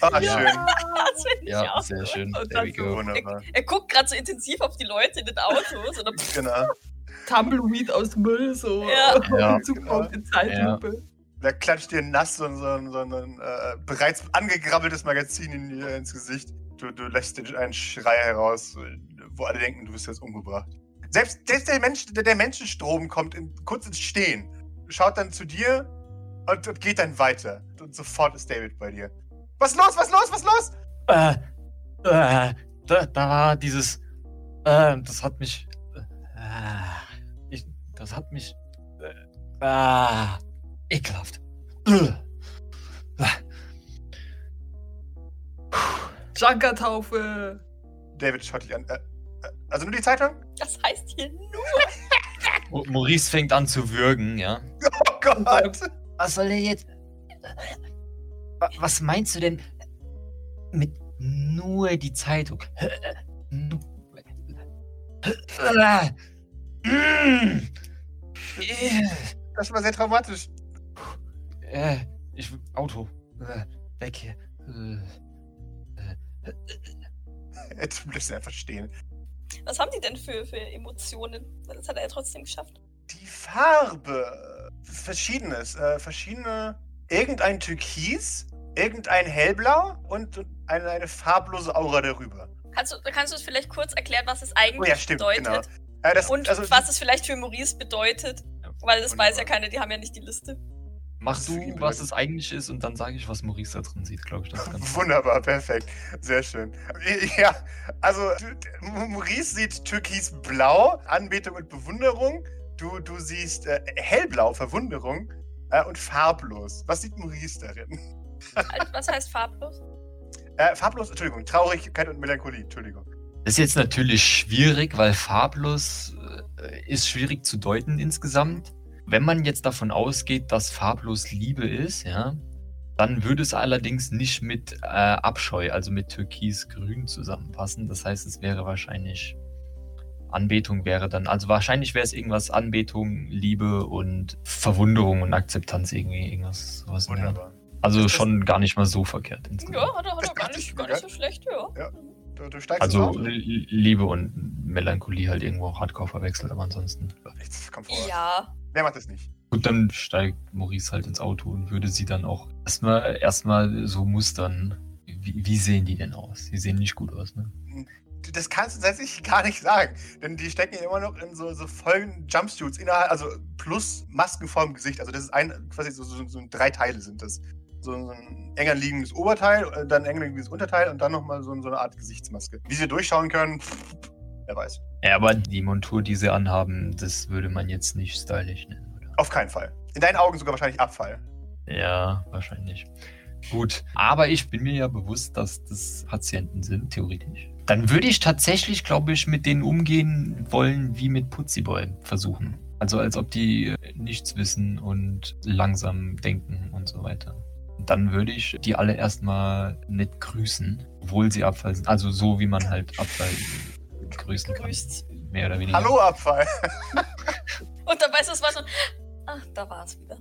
Speaker 3: Ah,
Speaker 5: Ja.
Speaker 3: schön.
Speaker 2: Das finde ich
Speaker 5: ja,
Speaker 2: auch.
Speaker 5: sehr schön.
Speaker 4: Und
Speaker 5: There
Speaker 4: dann
Speaker 5: we
Speaker 4: so-
Speaker 5: go.
Speaker 3: Wunderbar.
Speaker 2: Er guckt gerade so intensiv auf die Leute in den Autos. Oder
Speaker 3: Genau.
Speaker 4: Tumbleweed aus Müll, so.
Speaker 2: Ja.
Speaker 5: Ja.
Speaker 4: Zukunft in Zeitlupe.
Speaker 3: Da klatscht dir nass so, ein- so, ein- so ein äh, bereits angegrabbeltes Magazin in, dir ins Gesicht. Du, du lässt dir einen Schrei heraus, wo alle denken, du bist jetzt umgebracht. Selbst, selbst der, Mensch, der, der Menschenstrom kommt in, kurz ins Stehen, schaut dann zu dir und, und geht dann weiter. Und sofort ist David bei dir. Was los, was los, was los?
Speaker 5: Äh, äh, da, da war dieses. Äh, das hat mich. Äh, ich, das hat mich. Äh, ah, ekelhaft. Ugh.
Speaker 4: Junkertaufe.
Speaker 3: David schaut dich an. Äh, äh, also nur die Zeitung?
Speaker 2: das heißt hier nur.
Speaker 5: Mo- Maurice fängt an zu würgen, ja.
Speaker 3: Oh Gott!
Speaker 5: Was soll denn jetzt? Wa- Was meinst du denn mit nur die Zeitung? Nu- Ah. Mm.
Speaker 3: Das war sehr traumatisch.
Speaker 5: Äh, ich Auto Äh, weg hier. Äh,
Speaker 3: Jetzt bleibst du einfach stehen.
Speaker 2: Was haben die denn für, für Emotionen? Das hat er ja trotzdem geschafft.
Speaker 3: die Farbe. Verschiedenes. Äh, verschiedene. Irgendein Türkis, irgendein Hellblau und eine, eine farblose Aura darüber.
Speaker 2: Kannst du, kannst du es vielleicht kurz erklären, was es
Speaker 3: Oh
Speaker 2: eigentlich
Speaker 3: ja, stimmt,
Speaker 2: bedeutet?
Speaker 3: genau. Äh, das,
Speaker 2: Und
Speaker 3: also,
Speaker 2: was es vielleicht für Maurice bedeutet? Weil das weiß ja
Speaker 3: Wunderbar.
Speaker 2: keiner, die haben ja nicht die Liste.
Speaker 5: Mach
Speaker 3: Das ist für ihn
Speaker 5: du, was es eigentlich ist, und dann sage ich, was Maurice da drin sieht, glaube ich. Das ist ganz
Speaker 3: Wunderbar, perfekt. Sehr schön. Ja, also du- M- Maurice sieht türkisblau, Anbetung und Bewunderung. Du, du siehst äh, hellblau, Verwunderung äh, und farblos. Was sieht Maurice darin?
Speaker 2: was heißt farblos?
Speaker 3: Äh, farblos, Entschuldigung, Traurigkeit und Melancholie, Entschuldigung.
Speaker 5: Das ist jetzt natürlich schwierig, weil farblos äh, ist schwierig zu deuten insgesamt. Wenn man jetzt davon ausgeht, dass farblos Liebe ist, ja, dann würde es allerdings nicht mit äh, Abscheu, also mit Türkisgrün zusammenpassen. Das heißt, es wäre wahrscheinlich Anbetung wäre dann, also wahrscheinlich wäre es irgendwas Anbetung, Liebe und Verwunderung und Akzeptanz irgendwie irgendwas. Sowas in der-
Speaker 3: Wunderbar.
Speaker 5: Also
Speaker 3: Das- das-
Speaker 5: schon gar nicht mal so verkehrt. insgesamt.
Speaker 2: Ja, hat er, hat
Speaker 3: Das
Speaker 2: er gar,
Speaker 3: dachte ich
Speaker 2: nicht,
Speaker 3: mir,
Speaker 2: gar nicht so schlecht, ja.
Speaker 3: Ja. Du, du steigst ins
Speaker 5: Also
Speaker 3: Auto.
Speaker 5: L- Liebe und Melancholie halt irgendwo auch hardcore verwechselt, aber ansonsten.
Speaker 3: Nichts kommt vor.
Speaker 2: Ja,
Speaker 3: Wer macht das nicht?
Speaker 5: Gut, dann steigt Maurice halt ins Auto und würde sie dann auch erstmal erstmal so mustern. Wie, wie sehen die denn aus? Die sehen nicht gut aus, ne?
Speaker 3: Das kannst du tatsächlich gar nicht sagen. Denn die stecken ja immer noch in so, so vollen Jumpsuits innerhalb, also plus Masken vorm Gesicht. Also das ist ein, quasi so, so, so drei Teile sind das. So ein- so ein eng anliegendes Oberteil, äh, dann eng anliegendes Unterteil und dann nochmal so, so eine Art Gesichtsmaske. Wie sie durchschauen können, pff, wer weiß.
Speaker 5: Ja, aber die Montur, die sie anhaben, das würde man jetzt nicht stylisch nennen, oder?
Speaker 3: Auf keinen Fall. In deinen Augen sogar wahrscheinlich Abfall.
Speaker 5: Ja, wahrscheinlich. Gut, aber ich bin mir ja bewusst, dass das Patienten sind, theoretisch. Dann würde ich tatsächlich, glaube ich, mit denen umgehen wollen, wie mit Putziboy versuchen. Also als ob die äh, nichts wissen und langsam denken und so weiter. Dann würde ich die alle erstmal nicht grüßen, obwohl sie Abfall sind. Also so, wie man halt Abfall grüßen kann.
Speaker 2: Grüßt.
Speaker 5: Mehr oder weniger.
Speaker 3: Hallo, Abfall.
Speaker 2: Und dann weißt du, es war schon. Ach, da war es wieder.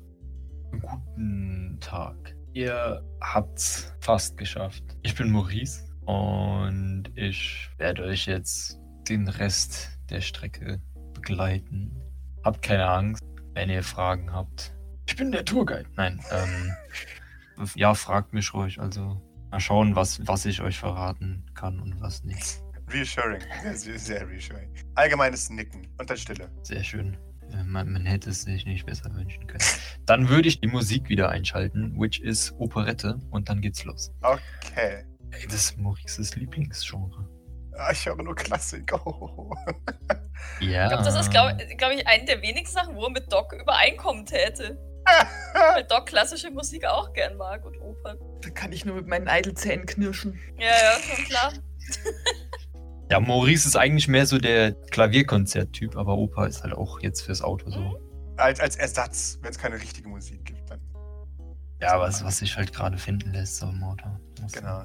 Speaker 5: Guten Tag. Ihr habt's fast geschafft. Ich bin Maurice und ich werde euch jetzt den Rest der Strecke begleiten. Habt keine Angst, wenn ihr Fragen habt. Ich bin der Tourguide. Nein, ähm, ja, fragt mich ruhig. Also mal schauen, was, was ich euch verraten kann und was nicht.
Speaker 3: Reassuring. Sehr, sehr, sehr reassuring. Allgemeines Nicken und dann Stille.
Speaker 5: Sehr schön. Äh, Man, man hätte es sich nicht besser wünschen können. Dann würde ich die Musik wieder einschalten, which is Operette, und dann geht's los.
Speaker 3: Okay.
Speaker 5: Ey, das ist Maurices Lieblingsgenre.
Speaker 3: Ah, Ich höre nur Klassik. Oh.
Speaker 5: Ja.
Speaker 2: Ich glaube, das ist, glaube glaub ich, eine der wenigen Sachen, wo er mit Doc übereinkommen täte. Weil Doc klassische Musik auch gern mag und Opern.
Speaker 4: Da kann ich nur mit meinen Eidelzähnen knirschen.
Speaker 2: Ja, ja, schon klar.
Speaker 5: Ja, Maurice ist eigentlich mehr so der Klavierkonzerttyp, aber Opa ist halt auch jetzt fürs Auto
Speaker 2: Mhm.
Speaker 5: so.
Speaker 3: Als, als Ersatz, wenn es keine richtige Musik gibt, dann.
Speaker 5: Ja, was, was sich halt gerade finden lässt, so im Auto. Muss
Speaker 3: Genau.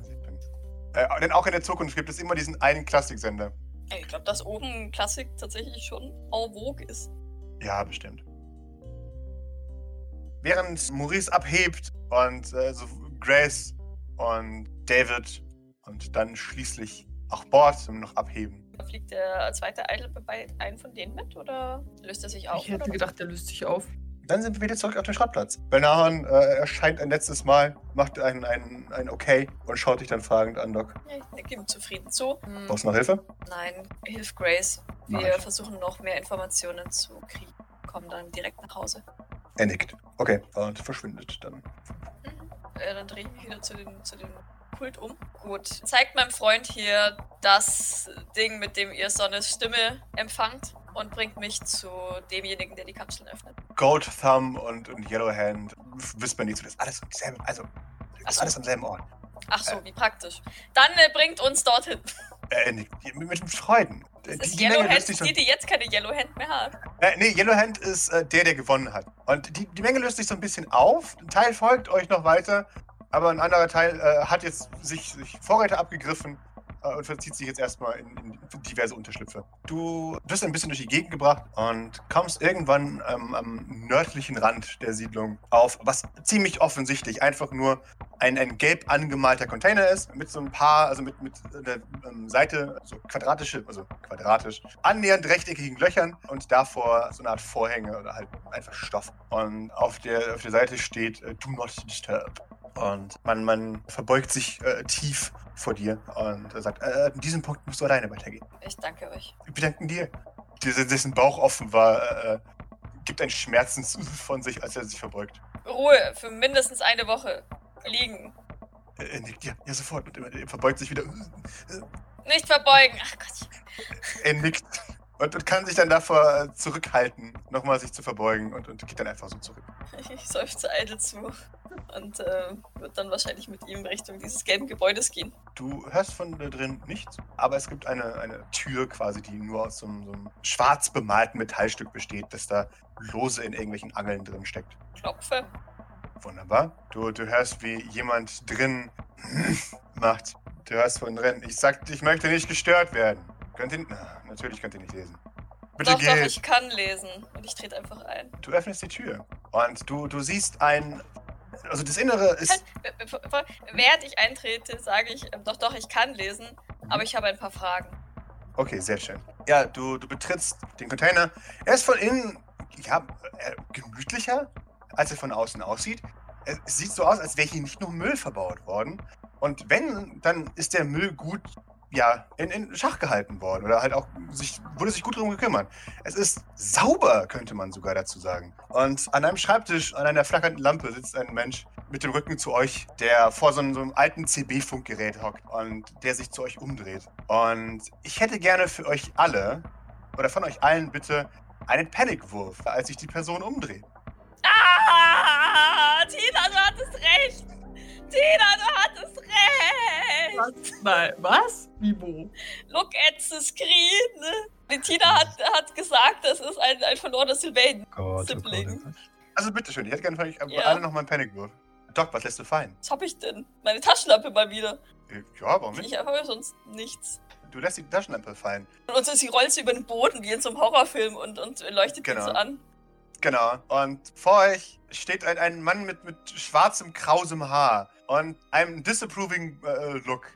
Speaker 3: Äh, denn auch in der Zukunft gibt es immer diesen einen Klassiksender.
Speaker 2: Ich glaube, dass oben Klassik tatsächlich schon en vogue ist.
Speaker 3: Ja, bestimmt. Während Maurice abhebt und äh, so Grace und David und dann schließlich auch Bord noch abheben.
Speaker 2: Fliegt der zweite Idol bei einem von denen mit oder löst er sich auf?
Speaker 4: ich hätte
Speaker 2: oder?
Speaker 4: gedacht, der löst sich auf.
Speaker 3: Dann sind wir wieder zurück auf den Schrottplatz. Belnahon äh, erscheint ein letztes Mal, macht ein, ein, ein Okay und schaut dich dann fragend an, Doc.
Speaker 2: Ja, Ich denke ihm zufrieden zu. Hm,
Speaker 3: Brauchst du noch Hilfe?
Speaker 2: Nein, hilf Grace.
Speaker 3: Mach
Speaker 2: Wir
Speaker 3: ich.
Speaker 2: versuchen noch mehr Informationen zu kriegen. Kommen dann direkt nach Hause.
Speaker 3: Er nickt. Okay, und verschwindet dann.
Speaker 2: Äh, dann drehe ich mich wieder zu dem, zu dem Pult um. Gut. Zeigt meinem Freund hier das Ding, mit dem ihr Sonnes Stimme empfangt und bringt mich zu demjenigen, der die Kapseln öffnet.
Speaker 3: Gold Thumb und, und Yellow Hand wispern nicht so, das ist alles am selben, also das ist
Speaker 2: so.
Speaker 3: alles am selben Ort.
Speaker 2: Ach
Speaker 4: Äh.
Speaker 2: so, wie praktisch. Dann äh, bringt uns dorthin.
Speaker 3: Äh, nickt. Mit, mit Freuden. Die,
Speaker 2: Das ist
Speaker 3: die
Speaker 2: Yellow
Speaker 3: Menge
Speaker 2: Hand,
Speaker 3: löst sich so
Speaker 2: die, die jetzt keine Yellow Hand mehr hat.
Speaker 3: Äh, nee, Yellow Hand ist äh, der, der gewonnen hat. Und die, die Menge löst sich so ein bisschen auf. Ein Teil folgt euch noch weiter, aber ein anderer Teil äh, hat jetzt sich, sich Vorräte abgegriffen äh, und verzieht sich jetzt erstmal in, in diverse Unterschlüpfe. Du bist ein bisschen durch die Gegend gebracht und kommst irgendwann ähm, am nördlichen Rand der Siedlung auf, was ziemlich offensichtlich einfach nur ein, ein gelb angemalter Container ist, mit so ein paar, also mit, mit der ähm, Seite, so quadratische, also quadratisch, annähernd rechteckigen Löchern und davor so eine Art Vorhänge oder halt einfach Stoff. Und auf der, auf der Seite steht äh, Do not disturb. Und man, man verbeugt sich äh, tief vor dir und äh, sagt, äh, an diesem Punkt musst du alleine weitergehen.
Speaker 2: Ich danke euch.
Speaker 3: Wir bedanken dir. Dieser, dessen Bauch offen war, äh, äh, gibt einen Schmerzensruf von sich, als er sich verbeugt.
Speaker 2: Ruhe für mindestens eine Woche. Liegen.
Speaker 3: Äh, Er nickt, ja, ja, sofort. Und er verbeugt sich wieder.
Speaker 2: Nicht verbeugen. Ach Gott.
Speaker 3: Er nickt und, und kann sich dann davor äh, zurückhalten, nochmal sich zu verbeugen und, und geht dann einfach so zurück.
Speaker 2: Ich seufze eitel zu und äh, wird dann wahrscheinlich mit ihm Richtung dieses gelben Gebäudes gehen.
Speaker 3: Du hörst von da drin nichts, aber es gibt eine, eine Tür quasi, die nur aus so einem, so einem schwarz bemalten Metallstück besteht, das da lose in irgendwelchen Angeln drin steckt.
Speaker 2: Klopfe.
Speaker 3: Wunderbar. Du, du hörst, wie jemand drin macht. Du hörst von drin. Ich sagte, ich möchte nicht gestört werden. Könnt ihr. Na, natürlich könnt ihr nicht lesen. Bitte
Speaker 2: doch,
Speaker 3: geht.
Speaker 2: doch, ich kann lesen. Und ich trete einfach ein.
Speaker 3: Du öffnest die Tür und du, du siehst ein. Also das Innere ist.
Speaker 2: Be- bevor- bevor- Während ich eintrete, sage ich, ähm, doch, doch, ich kann lesen, aber ich habe ein paar Fragen.
Speaker 3: Okay, sehr schön. Ja, du, du betrittst den Container. Er ist von innen, ja, äh, gemütlicher, als er von außen aussieht. Es es sieht so aus, als wäre hier nicht nur Müll verbaut worden. Und wenn, dann ist der Müll gut, ja, in, in Schach gehalten worden. Oder halt auch, sich, wurde sich gut drum gekümmert. Es ist sauber, könnte man sogar dazu sagen. Und an einem Schreibtisch, an einer flackernden Lampe sitzt ein Mensch mit dem Rücken zu euch, der vor so einem, so einem alten CB-Funkgerät hockt und der sich zu euch umdreht. Und ich hätte gerne für euch alle, oder von euch allen bitte, einen Panikwurf, als sich die Person umdreht.
Speaker 2: Ah, Tina, du hattest recht! Tina, du hattest recht!
Speaker 4: Nein, was? Wie wo?
Speaker 2: Look at the screen! Die Tina hat, hat gesagt, das ist ein, ein verlorener Sylvain.
Speaker 5: Gott, oh
Speaker 2: Sibling.
Speaker 5: Gott.
Speaker 3: Also bitteschön, ich hätte gerne von euch
Speaker 2: Ja.
Speaker 3: alle nochmal einen Panikwurf. Doc, was lässt du fallen?
Speaker 2: Was hab ich denn? Meine Taschenlampe mal wieder.
Speaker 3: Äh, Ja, warum nicht?
Speaker 2: Ich habe aber sonst nichts.
Speaker 3: Du lässt die Taschenlampe fallen.
Speaker 2: Und so, sie rollt so über den Boden wie in so einem Horrorfilm und, und leuchtet ihn
Speaker 3: Genau.
Speaker 2: so an.
Speaker 3: Genau. Und vor euch steht ein, ein Mann mit, mit schwarzem, krausem Haar und einem disapproving äh, Look.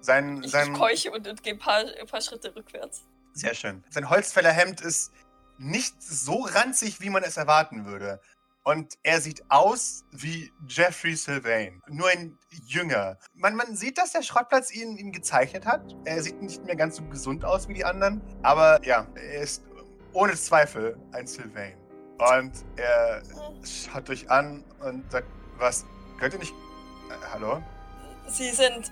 Speaker 3: Sein,
Speaker 2: Ich
Speaker 3: sein,
Speaker 2: keuche und, und gehe ein paar, ein paar Schritte rückwärts.
Speaker 3: Sehr schön. Sein Holzfällerhemd ist nicht so ranzig, wie man es erwarten würde. Und er sieht aus wie Jeffrey Sylvain, nur ein Jünger. Man, man sieht, dass der Schrottplatz ihn, ihn gezeichnet hat. Er sieht nicht mehr ganz so gesund aus wie die anderen. Aber ja, er ist ohne Zweifel ein Sylvain. Und er schaut euch an und sagt, was, könnt ihr nicht... Äh, hallo?
Speaker 2: Sie sind.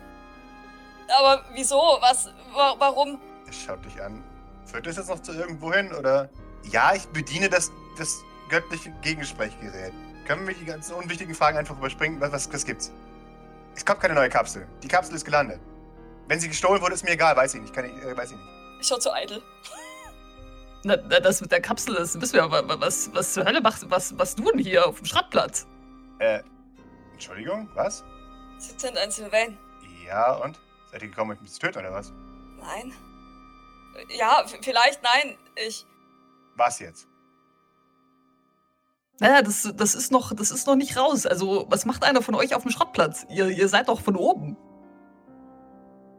Speaker 2: Aber wieso? Was? Wa warum?
Speaker 3: Er schaut dich an. Führt das jetzt noch zu irgendwo hin, oder? Ja, ich bediene das, das göttliche Gegensprechgerät. Können wir die ganzen unwichtigen Fragen einfach überspringen? Was, was, was gibt's? Es kommt keine neue Kapsel. Die Kapsel ist gelandet. Wenn sie gestohlen wurde, ist mir egal. Weiß ich nicht. Kann ich, äh, weiß ich nicht.
Speaker 2: Ich schaue zu eitel.
Speaker 4: Na, na, das mit der Kapsel, das wissen wir aber. wa- Was, was zur Hölle macht, was, was du denn hier auf dem Schrottplatz?
Speaker 3: Äh, Entschuldigung, was?
Speaker 2: Sie sind ein Sylvain.
Speaker 3: Ja, und? Seid ihr gekommen, um mich zu töten, oder was?
Speaker 2: Nein. Ja, v- vielleicht nein. Ich.
Speaker 3: Was jetzt?
Speaker 4: Naja, das, das, ist noch, das ist noch nicht raus. Also, was macht einer von euch auf dem Schrottplatz? Ihr, ihr seid doch von oben.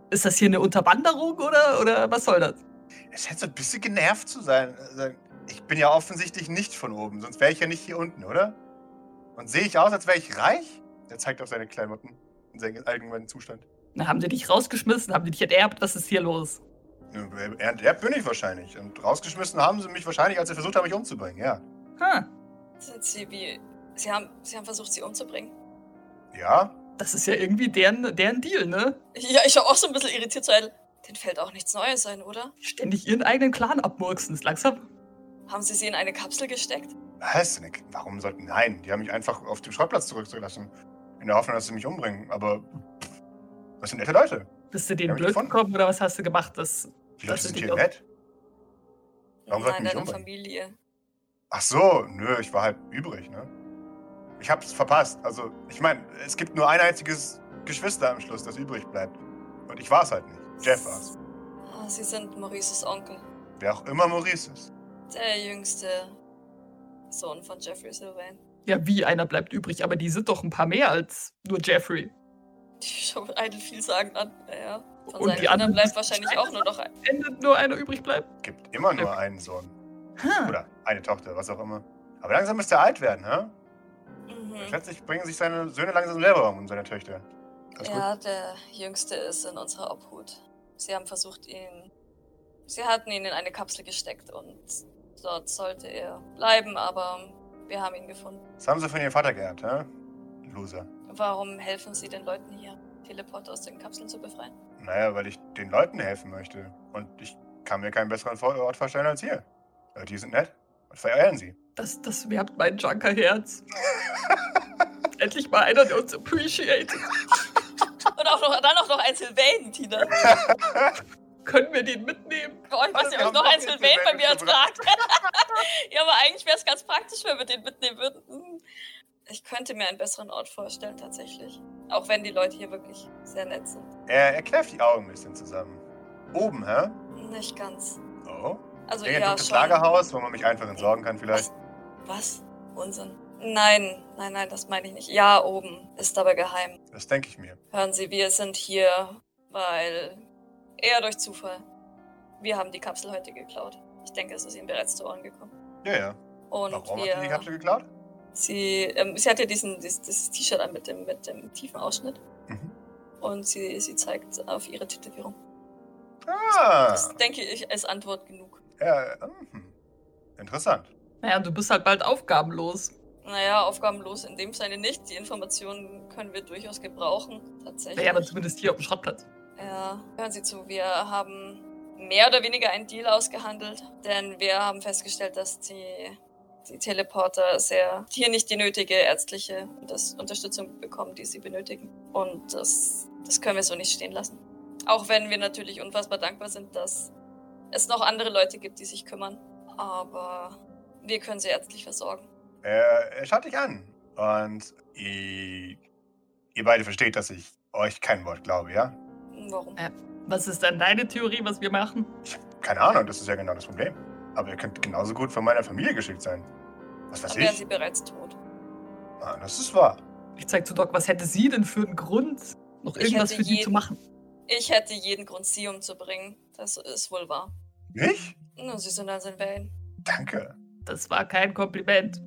Speaker 4: Ist das hier eine Unterwanderung oder, oder was soll das?
Speaker 3: Es scheint so ein bisschen genervt zu sein. Also, Ich bin ja offensichtlich nicht von oben, sonst wäre ich ja nicht hier unten, oder? Und sehe ich aus, als wäre ich reich? Er zeigt auf seine Klamotten und seinen allgemeinen Zustand.
Speaker 4: Na, haben die dich rausgeschmissen? Haben die dich enterbt? Was ist hier los?
Speaker 3: Ja, Er, er bin ich wahrscheinlich. Und rausgeschmissen haben sie mich wahrscheinlich, als sie versucht haben, mich umzubringen, ja.
Speaker 4: Ha,
Speaker 2: Sind sie wie. Sie haben, sie haben versucht, sie umzubringen.
Speaker 3: Ja?
Speaker 4: das ist ja irgendwie deren, deren Deal, ne?
Speaker 2: Ja, ich schaue auch so ein bisschen irritiert zu eitel. Den fällt auch nichts Neues ein, oder?
Speaker 4: Ständig ihren eigenen Clan abmurksen. Ist langsam.
Speaker 2: Haben sie sie in eine Kapsel gesteckt?
Speaker 3: Was? Nick? Warum sollten. Nein, die haben mich einfach auf dem Schrottplatz zurückgelassen. In der Hoffnung, dass sie mich umbringen. Aber. pff, Das sind nette Leute.
Speaker 4: Bist du denen
Speaker 3: Ja, mit
Speaker 4: blöd
Speaker 3: davon.
Speaker 4: gekommen oder was hast du gemacht? Das,
Speaker 3: Die Leute
Speaker 4: Das sind
Speaker 3: sind
Speaker 4: die
Speaker 3: hier
Speaker 4: doch-
Speaker 3: nett. Warum sollten
Speaker 2: Nein,
Speaker 3: die um? mich
Speaker 2: deiner
Speaker 3: umbringen?
Speaker 2: Familie.
Speaker 3: Ach so, nö, ich war halt übrig, ne? Ich hab's verpasst. Also, ich meine, es gibt nur ein einziges Geschwister am Schluss, das übrig bleibt. Und ich war's halt nicht. Jeff war's.
Speaker 2: Ah, Sie sind Maurices Onkel.
Speaker 3: Wer auch immer Maurice ist.
Speaker 2: Der jüngste Sohn von Jeffrey Sylvain.
Speaker 4: ja, wie einer bleibt übrig, aber die sind doch ein paar mehr als nur Jeffrey.
Speaker 2: Ich schaue eitel vielsagend an. Ja, ja. Von
Speaker 4: Und
Speaker 2: seinen
Speaker 4: die
Speaker 2: Kindern
Speaker 4: anderen
Speaker 2: bleibt
Speaker 4: müssen
Speaker 2: wahrscheinlich
Speaker 4: scheiden.
Speaker 2: auch nur noch ein.
Speaker 4: Endet nur einer übrig bleibt.
Speaker 3: Gibt immer nur einen Sohn.
Speaker 4: Ha.
Speaker 3: Oder eine Tochter, was auch immer. Aber langsam müsste er alt werden, ne?
Speaker 2: Mhm.
Speaker 3: Plötzlich bringen sich seine Söhne langsam selber um und seine Töchter. Alles gut.
Speaker 2: Ja, der jüngste ist in unserer Obhut. Sie haben versucht, ihn. Sie hatten ihn in eine Kapsel gesteckt und dort sollte er bleiben, aber wir haben ihn gefunden.
Speaker 3: Das haben sie von ihrem Vater geerbt, ne? Loser.
Speaker 2: Warum helfen Sie den Leuten hier, Teleporter aus den Kapseln zu befreien?
Speaker 3: Naja, weil ich den Leuten helfen möchte. Und ich kann mir keinen besseren Vor- Ort vorstellen als hier. Äh, Die sind nett. Und verehren sie.
Speaker 4: Das, das wärmt mein Junkerherz. Endlich mal einer, der uns appreciated.
Speaker 2: Und auch noch, dann auch noch ein Sylvain, Tina.
Speaker 4: Können wir den mitnehmen?
Speaker 2: Bei euch weiß
Speaker 3: Wir
Speaker 2: ich auch
Speaker 3: haben
Speaker 2: noch
Speaker 3: doch
Speaker 2: ein
Speaker 3: den
Speaker 2: Sylvain bei
Speaker 3: Sylvain
Speaker 2: mir als
Speaker 3: mitgebracht.
Speaker 2: Fragt. ja, aber eigentlich wäre es ganz praktisch, wenn wir den mitnehmen würden. Hm. Ich könnte mir einen besseren Ort vorstellen, tatsächlich. Auch wenn die Leute hier wirklich sehr nett sind.
Speaker 3: Er, er kneift die Augen ein bisschen zusammen. Oben, hä?
Speaker 2: Nicht ganz.
Speaker 3: Oh.
Speaker 2: Also
Speaker 3: Irgendein
Speaker 2: ja,
Speaker 3: gutes
Speaker 2: schon.
Speaker 3: Lagerhaus, wo man mich einfach entsorgen kann vielleicht.
Speaker 2: Was? Unsinn. Nein, nein, nein, das meine ich nicht. Ja, oben ist aber geheim.
Speaker 3: Das denke ich mir.
Speaker 2: Hören Sie, wir sind hier, weil eher durch Zufall. Wir haben die Kapsel heute geklaut. Ich denke, es ist Ihnen bereits zu Ohren gekommen.
Speaker 3: Ja, ja.
Speaker 2: Und
Speaker 3: Warum
Speaker 2: wir
Speaker 3: hat die die Kapsel geklaut?
Speaker 2: Sie, ähm, sie hat ja diesen, dieses, dieses T-Shirt an mit dem, mit dem tiefen Ausschnitt.
Speaker 3: Mhm.
Speaker 2: Und sie, sie zeigt auf ihre Tätowierung.
Speaker 3: Ah.
Speaker 2: Das denke ich als Antwort genug.
Speaker 3: Ja, mhm. Interessant.
Speaker 4: Naja, du bist halt bald aufgabenlos.
Speaker 2: Naja, aufgabenlos in dem Sinne nicht. Die Informationen können wir durchaus gebrauchen. Tatsächlich.
Speaker 4: Naja, aber zumindest hier auf dem Schrottplatz.
Speaker 2: Ja, hören Sie zu, wir haben mehr oder weniger einen Deal ausgehandelt, denn wir haben festgestellt, dass die, die Teleporter sehr hier nicht die nötige ärztliche das, Unterstützung bekommen, die sie benötigen. Und das, das können wir so nicht stehen lassen. Auch wenn wir natürlich unfassbar dankbar sind, dass es noch andere Leute gibt, die sich kümmern. Aber wir können sie ärztlich versorgen.
Speaker 3: Er, er schaut dich an. Und ich Ihr beide versteht, dass ich euch kein Wort glaube, ja?
Speaker 2: Warum?
Speaker 4: Was ist dann deine Theorie, was wir machen?
Speaker 3: Keine Ahnung, das ist ja genau das Problem. Aber ihr könnt genauso gut von meiner Familie geschickt sein. Was weiß
Speaker 2: Dann wären
Speaker 3: ich?
Speaker 2: sie bereits tot.
Speaker 3: Ah, das ist wahr.
Speaker 4: Ich zeig zu Doc, was hätte sie denn für einen Grund, noch
Speaker 2: Ich
Speaker 4: irgendwas
Speaker 2: hätte
Speaker 4: für die
Speaker 2: jeden-
Speaker 4: zu machen?
Speaker 2: Ich hätte jeden Grund, sie umzubringen. Das ist wohl wahr.
Speaker 3: Ich?
Speaker 2: Nun, sie sind also in Wellen.
Speaker 3: Danke.
Speaker 4: Das war kein Kompliment.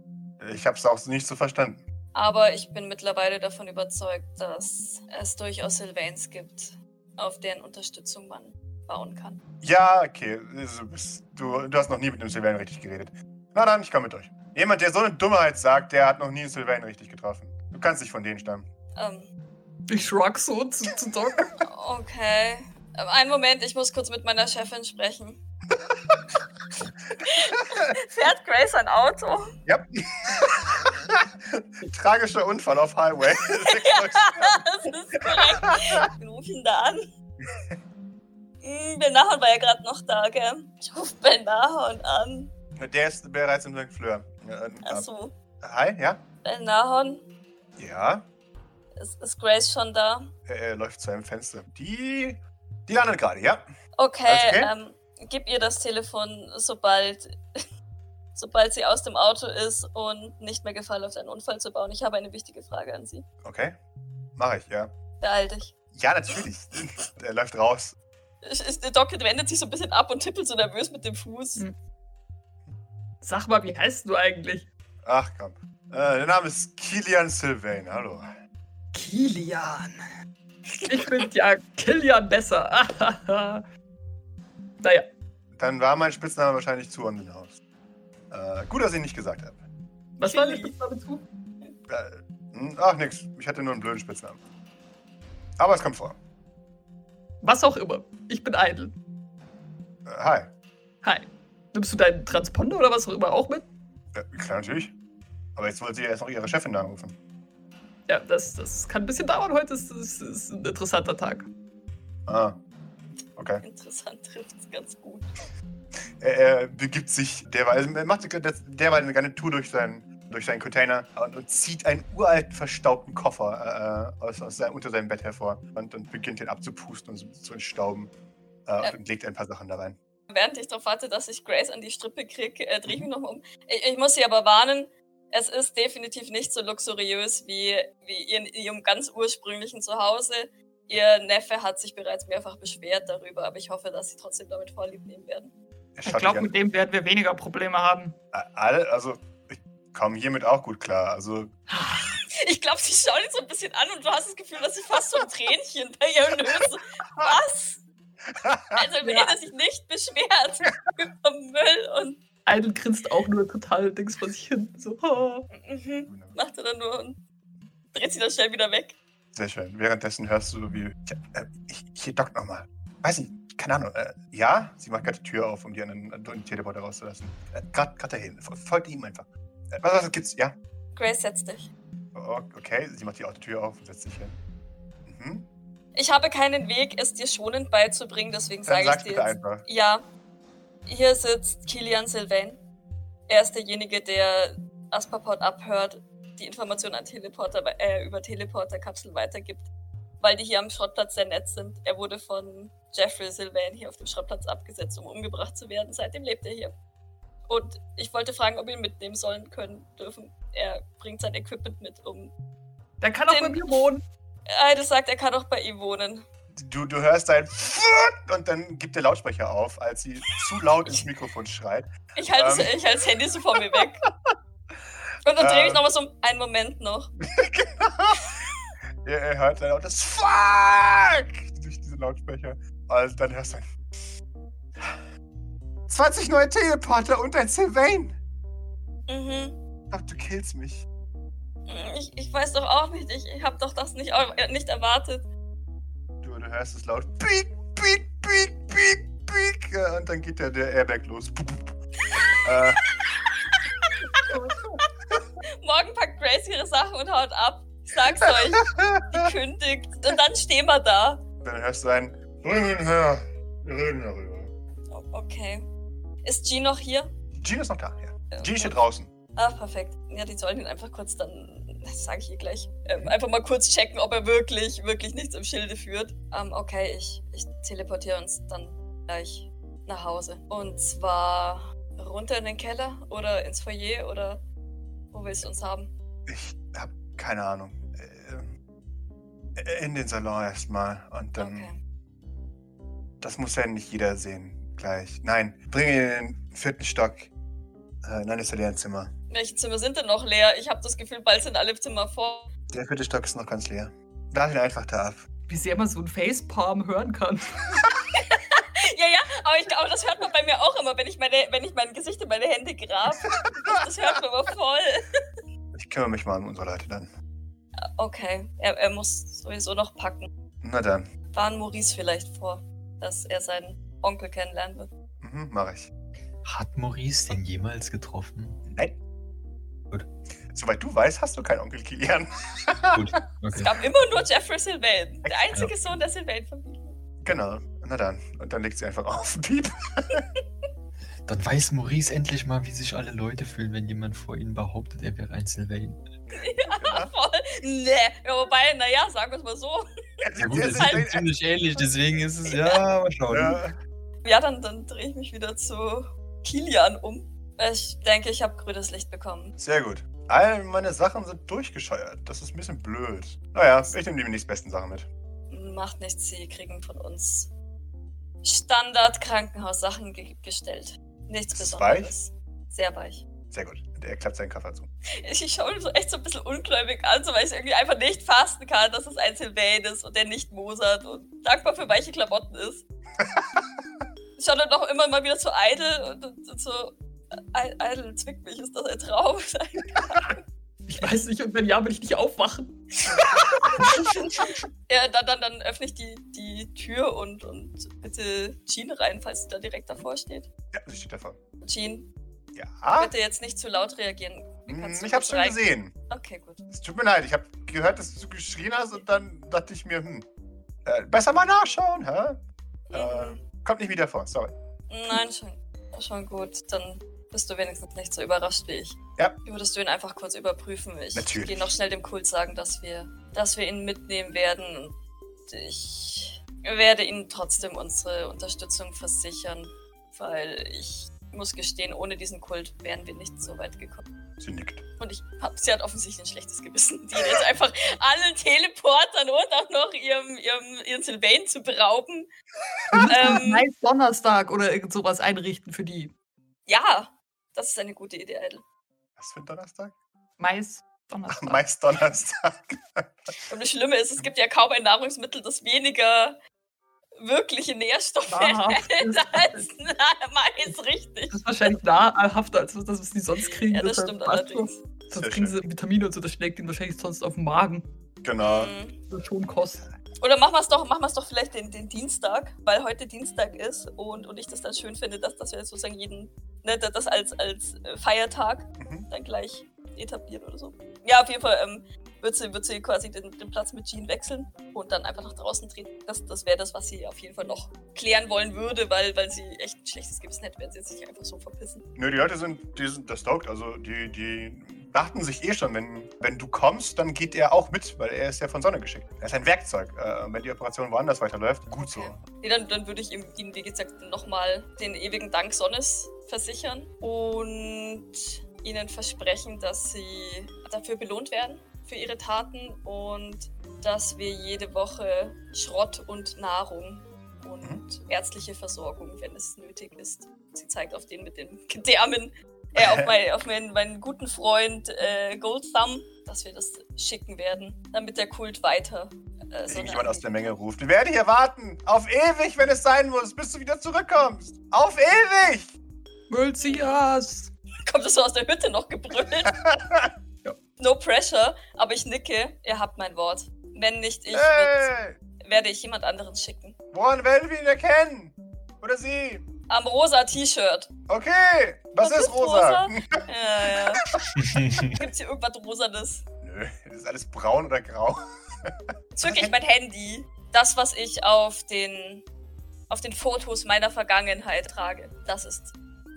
Speaker 3: Ich hab's auch nicht so verstanden.
Speaker 2: Aber ich bin mittlerweile davon überzeugt, dass es durchaus Sylvains gibt, auf deren Unterstützung man bauen kann.
Speaker 3: Ja, okay. Du, bist, du, du hast noch nie mit einem Sylvain richtig geredet. Na dann, ich komme mit euch. Jemand, der so eine Dummheit sagt, der hat noch nie einen Sylvain richtig getroffen. Du kannst nicht von denen stammen.
Speaker 2: Ähm,
Speaker 4: Ich shrug so zu, zu Doc.
Speaker 2: okay. Ähm, einen Moment, ich muss kurz mit meiner Chefin sprechen. Fährt Grace ein Auto?
Speaker 3: Ja. Tragischer Unfall auf Highway.
Speaker 2: das ist korrekt. Wir rufen da an. Hm, Ben Nahon war ja gerade noch da, gell? Ich rufe Ben Nahon an.
Speaker 3: der ist bereits im St. Fleur. Ja, ähm,
Speaker 2: Achso,
Speaker 3: Hi, ja?
Speaker 2: Ben Nahon,
Speaker 3: Ja.
Speaker 2: ist, ist Grace schon da?
Speaker 3: Er, er läuft zu einem Fenster. Die. Die landet gerade, ja?
Speaker 2: Okay,
Speaker 3: Alles okay?
Speaker 2: Ähm, gib ihr das Telefon, sobald, sobald sie aus dem Auto ist und nicht mehr Gefahr läuft, einen Unfall zu bauen. Ich habe eine wichtige Frage an sie.
Speaker 3: Okay. Mach ich, ja.
Speaker 2: Beeil dich.
Speaker 3: Ja, natürlich. er läuft raus.
Speaker 2: Ich, ich, der Doc wendet sich so ein bisschen ab und tippelt so nervös mit dem Fuß.
Speaker 4: Hm. Sag mal, wie heißt du eigentlich?
Speaker 3: Ach komm. Äh, der Name ist Kilian Sylvain. Hallo.
Speaker 4: Kilian. Ich finde ja Kilian besser. naja,
Speaker 3: Dann war mein Spitzname wahrscheinlich zu on the nose. Äh, gut, dass ich nicht gesagt habe.
Speaker 4: was war das
Speaker 2: Kili.
Speaker 4: dazu?
Speaker 3: Äh, hm, ach, nix. Ich hatte nur einen blöden Spitznamen. Aber es kommt vor.
Speaker 4: Was auch immer. Ich bin eitel.
Speaker 3: Äh, hi.
Speaker 4: Hi. Nimmst du deinen Transponder oder was auch immer auch mit?
Speaker 3: Äh, klar, natürlich. Aber jetzt wollte sie erst noch ihre Chefin anrufen.
Speaker 4: Ja, das, das kann ein bisschen dauern. Heute ist, ist, ist ein interessanter Tag.
Speaker 3: Ah. Okay.
Speaker 2: Interessant, trifft es ganz gut.
Speaker 3: Er, er begibt sich derweil, er macht das- derweil eine kleine Tour durch seinen, durch seinen Container und, und zieht einen uralt verstaubten Koffer äh, aus, aus seinem, unter seinem Bett hervor und, und beginnt den abzupusten und so zu entstauben äh,
Speaker 2: Ja.
Speaker 3: und legt ein paar Sachen da rein.
Speaker 2: Während ich darauf warte, dass ich Grace an die Strippe kriege, äh, drehe ich mich nochmal um. Ich, ich muss sie aber warnen, es ist definitiv nicht so luxuriös wie, wie ihr, in ihrem ganz ursprünglichen Zuhause. Ihr Neffe hat sich bereits mehrfach beschwert darüber, aber ich hoffe, dass sie trotzdem damit vorlieb nehmen werden.
Speaker 3: Er
Speaker 4: Ich
Speaker 3: schaut dich
Speaker 4: glaube,
Speaker 3: an.
Speaker 4: mit dem werden wir weniger Probleme haben.
Speaker 3: A- Alle, also ich komme hiermit auch gut klar. Also
Speaker 2: Ich glaube, sie schauen ihn so ein bisschen an und du hast das Gefühl, dass sie fast so ein Tränchen bei ihrem Nöse. Was? Also, wenn er sich nicht beschwert über Müll und
Speaker 4: Idle grinst auch nur total Dings vor sich hin. So, oh.
Speaker 2: mhm, macht er dann nur und dreht sie dann schnell wieder weg.
Speaker 3: sehr schön. Währenddessen hörst du wie ich, äh, ich, hier dock nochmal. Weiß nicht, keine Ahnung. Äh, ja, sie macht gerade die Tür auf, um die anderen äh, den Teleporter rauszulassen. Äh, gerade grad dahin. Fol- Folgt ihm einfach. Äh, was, was gibt's? Ja.
Speaker 2: Grace, setz dich.
Speaker 3: O- Okay, sie macht die auch die Tür auf und setzt sich hin. Mhm.
Speaker 2: Ich habe keinen Weg, es dir schonend beizubringen, deswegen sage
Speaker 3: Dann
Speaker 2: ich
Speaker 3: sag's
Speaker 2: dir
Speaker 3: bitte
Speaker 2: jetzt.
Speaker 3: einfach.
Speaker 2: Ja, hier sitzt Kilian Sylvain. Er ist derjenige, der Aspaport abhört, die Information an Teleporter, äh, über Teleporterkapseln weitergibt, weil die hier am Schrottplatz sehr nett sind. Er wurde von Jeffrey Sylvain hier auf dem Schrottplatz abgesetzt, um umgebracht zu werden. Seitdem lebt er hier. Und ich wollte fragen, ob wir ihn mitnehmen sollen können dürfen. Er bringt sein Equipment mit, um.
Speaker 4: Der kann auch
Speaker 2: Den-
Speaker 4: bei mir wohnen.
Speaker 2: Eides sagt, er kann auch bei ihm wohnen.
Speaker 3: Du, du hörst ein und dann gibt der Lautsprecher auf, als sie zu laut ins Mikrofon schreit.
Speaker 2: Ich halte
Speaker 3: Ähm.
Speaker 2: ich halt das Handy so vor mir weg. Und dann drehe ich
Speaker 3: Ähm.
Speaker 2: nochmal so um einen Moment noch.
Speaker 3: Er, er hört dann auch das Fuck durch diese Lautsprecher. Also dann hörst du ein 20 neue Teleporter und ein Sylvain.
Speaker 2: Mhm.
Speaker 3: Ich glaub, du killst mich.
Speaker 2: Ich, ich weiß doch auch nicht, ich, ich habe doch das nicht, au- äh, nicht erwartet.
Speaker 3: Du, du hörst es laut. Piek, piek, piek, piek, piek. Ja, Und dann geht der, der Airbag los. äh,
Speaker 2: Morgen packt Grace ihre Sachen und haut ab. Ich sag's euch, die kündigt. Und dann stehen wir da.
Speaker 3: dann hörst du ein Bring ihn her. Wir reden darüber.
Speaker 2: O- Okay. Ist Jean noch hier?
Speaker 3: Jean ist noch da, ja.
Speaker 2: Äh,
Speaker 3: Jean steht draußen.
Speaker 2: Ah, perfekt. Ja, die sollen ihn einfach kurz dann das sage ich ihr gleich, ähm, einfach mal kurz checken, ob er wirklich, wirklich nichts im Schilde führt. Ähm, okay, ich, ich teleportiere uns dann gleich nach Hause. Und zwar runter in den Keller oder ins Foyer oder wo willst du uns haben?
Speaker 3: Ich habe keine Ahnung. Ähm, In den Salon erstmal und dann.
Speaker 2: Okay.
Speaker 3: Das muss ja nicht jeder sehen gleich. Nein, bring ihn in den vierten Stock. Äh, nein, das ist ja leer ein Zimmer.
Speaker 2: Welche Zimmer sind denn noch leer? Ich habe das Gefühl, bald sind alle Zimmer voll.
Speaker 3: Der vierte Stock ist noch ganz leer. Lad ihn einfach da ab.
Speaker 4: Wie sehr man so ein Facepalm hören kann.
Speaker 2: Ja, ja, aber ich glaube, das hört man bei mir auch immer, wenn ich, meine, wenn ich mein Gesicht in meine Hände grab. Das, das hört man immer voll.
Speaker 3: Ich kümmere mich mal um unsere Leute dann.
Speaker 2: Okay, er, er muss sowieso noch packen.
Speaker 3: Na dann.
Speaker 2: Warn Maurice vielleicht vor, dass er seinen Onkel kennenlernen wird.
Speaker 3: Mhm, mach ich.
Speaker 5: Hat Maurice den jemals getroffen?
Speaker 3: Soweit du weißt, hast du keinen Onkel Kilian.
Speaker 5: Gut,
Speaker 2: Es
Speaker 5: okay.
Speaker 2: gab immer nur Jeffrey Sylvain, der einzige Sohn der Sylvain-Familie.
Speaker 3: genau. Na dann. Und dann legt sie einfach auf. Piep.
Speaker 5: Dann weiß Maurice endlich mal, wie sich alle Leute fühlen, wenn jemand vor ihnen behauptet, er wäre ein Sylvain.
Speaker 2: Ja, voll. Nee, ja, wobei, naja, sagen wir es mal so.
Speaker 3: Er
Speaker 5: Ja
Speaker 3: sieht-
Speaker 5: gut,
Speaker 3: er
Speaker 5: das
Speaker 3: sieht-
Speaker 5: ist halt ziemlich ähnlich, deswegen ist es, ja, mal schauen.
Speaker 3: Ja.
Speaker 2: Ja, dann, dann drehe ich mich wieder zu Kilian um. Ich denke, ich habe grünes Licht bekommen.
Speaker 3: Sehr gut. All meine Sachen sind durchgescheuert. Das ist ein bisschen blöd. Naja, ich nehme die nächstbesten Sachen mit.
Speaker 2: Macht nichts, sie kriegen von uns Standard-Krankenhaussachen ge gestellt. Nichts
Speaker 3: Ist es
Speaker 2: Besonderes. Sehr weich.
Speaker 3: Sehr gut. Und er klappt seinen Koffer zu.
Speaker 2: Ich, ich schaue ihn so echt so ein bisschen ungläubig an, so weil ich irgendwie einfach nicht fassen kann, dass es ein Sylvain ist und der nicht mosert und dankbar für weiche Klamotten ist. ich schaue dann auch immer mal wieder zu Idle und, und, und so. Ei- Idle zwickt mich, ist das ein Traum?
Speaker 4: Ich weiß nicht, und wenn ja, will ich nicht aufwachen.
Speaker 2: ja, dann, dann, dann öffne ich die, die Tür und, und bitte Jean rein, falls sie da direkt davor steht.
Speaker 3: Ja, sie steht davor.
Speaker 2: Jean,
Speaker 3: Ja.
Speaker 2: bitte jetzt nicht zu laut reagieren. kannst
Speaker 3: Ah. Hm,
Speaker 2: du
Speaker 3: Ich
Speaker 2: kurz
Speaker 3: hab's schon
Speaker 2: rein-
Speaker 3: gesehen.
Speaker 2: Okay, gut.
Speaker 3: Es tut mir leid, ich habe gehört, dass du geschrien hast und dann dachte ich mir, hm, äh, besser mal nachschauen, hä? Äh,
Speaker 2: Mhm.
Speaker 3: kommt nicht wieder vor, sorry.
Speaker 2: Nein, schon, schon gut. Dann bist du wenigstens nicht so überrascht wie ich.
Speaker 3: Ja.
Speaker 2: Würdest du ihn einfach kurz überprüfen? Ich
Speaker 3: Natürlich.
Speaker 2: gehe noch schnell dem Kult sagen, dass wir, dass wir ihn mitnehmen werden. Und ich werde ihnen trotzdem unsere Unterstützung versichern, weil ich muss gestehen, ohne diesen Kult wären wir nicht so weit gekommen.
Speaker 3: Sie nickt.
Speaker 2: Und ich hab, sie hat offensichtlich ein schlechtes Gewissen, die jetzt einfach allen Teleportern und auch noch ihrem, ihrem, ihren Sylvain zu berauben. Ähm,
Speaker 4: Nice Donnerstag oder irgend sowas einrichten für die.
Speaker 2: Ja, das ist eine gute Idee, Idle.
Speaker 3: Was für ein Donnerstag?
Speaker 4: Mais Donnerstag.
Speaker 3: Meist Donnerstag.
Speaker 2: Und das Schlimme ist, es gibt ja kaum ein Nahrungsmittel, das weniger wirkliche Nährstoffe
Speaker 4: Nahrhaft ist.
Speaker 2: enthält als Mais, richtig.
Speaker 4: Das ist wahrscheinlich nahrhafter, als das, was die sonst kriegen.
Speaker 2: Ja, das
Speaker 4: deshalb
Speaker 2: stimmt
Speaker 4: passt das.
Speaker 2: allerdings.
Speaker 3: Sehr
Speaker 4: Sonst kriegen sie Vitamine und so, das schlägt ihnen wahrscheinlich sonst auf den Magen.
Speaker 3: Genau.
Speaker 2: Mhm.
Speaker 4: Das ist schon Kost.
Speaker 2: Oder machen wir es doch, machen wir's doch vielleicht den, den Dienstag, weil heute Dienstag ist und, und ich das dann schön finde, dass, dass wir sozusagen jeden, ne, da- das als, als äh, Feiertag
Speaker 3: Mhm.
Speaker 2: dann gleich etablieren oder so. Ja, auf jeden Fall ähm, wird, sie, wird sie quasi den, den Platz mit Jean wechseln und dann einfach nach draußen treten. Das, das wäre das, was sie auf jeden Fall noch klären wollen würde, weil, weil sie echt ein schlechtes Gewissen hätte, wenn sie sich einfach so verpissen.
Speaker 3: Nö, die Leute sind, die sind, das taugt, also die, die dachten sich eh schon, wenn, wenn du kommst, dann geht er auch mit, weil er ist ja von Sonne geschickt. Er ist ein Werkzeug. Äh, wenn die Operation woanders weiterläuft, gut so.
Speaker 2: Nee, dann, dann würde ich ihm, ihm, wie gesagt, nochmal den ewigen Dank Sonnes versichern und ihnen versprechen, dass sie dafür belohnt werden, für ihre Taten und dass wir jede Woche Schrott und Nahrung und
Speaker 3: Mhm.
Speaker 2: ärztliche Versorgung, wenn es nötig ist. Sie zeigt auf den mit den Gedärmen, äh, auf, mein, auf meinen, meinen guten Freund äh, Gold Thumb, dass wir das schicken werden, damit der Kult weiter. Äh, Sonne
Speaker 3: Irgendjemand aus
Speaker 2: angeht.
Speaker 3: der Menge ruft. Wir werden hier warten. Auf ewig, wenn es sein muss, bis du wieder zurückkommst. Auf ewig!
Speaker 4: Mölzias!
Speaker 2: kommt es so aus der Hütte noch gebrüllt. No pressure, aber ich nicke, ihr habt mein Wort. Wenn nicht ich, wird,
Speaker 3: Hey!
Speaker 2: werde ich jemand anderen schicken.
Speaker 3: Woran werden wir ihn erkennen? Oder sie?
Speaker 2: Am rosa T-Shirt.
Speaker 3: Okay, was, ist rosa?
Speaker 2: Ja, ja. Gibt's hier irgendwas Rosanes?
Speaker 3: Nö, das ist alles braun oder grau.
Speaker 2: Zücke ich mein Handy. Das, was ich auf den, auf den Fotos meiner Vergangenheit trage, das ist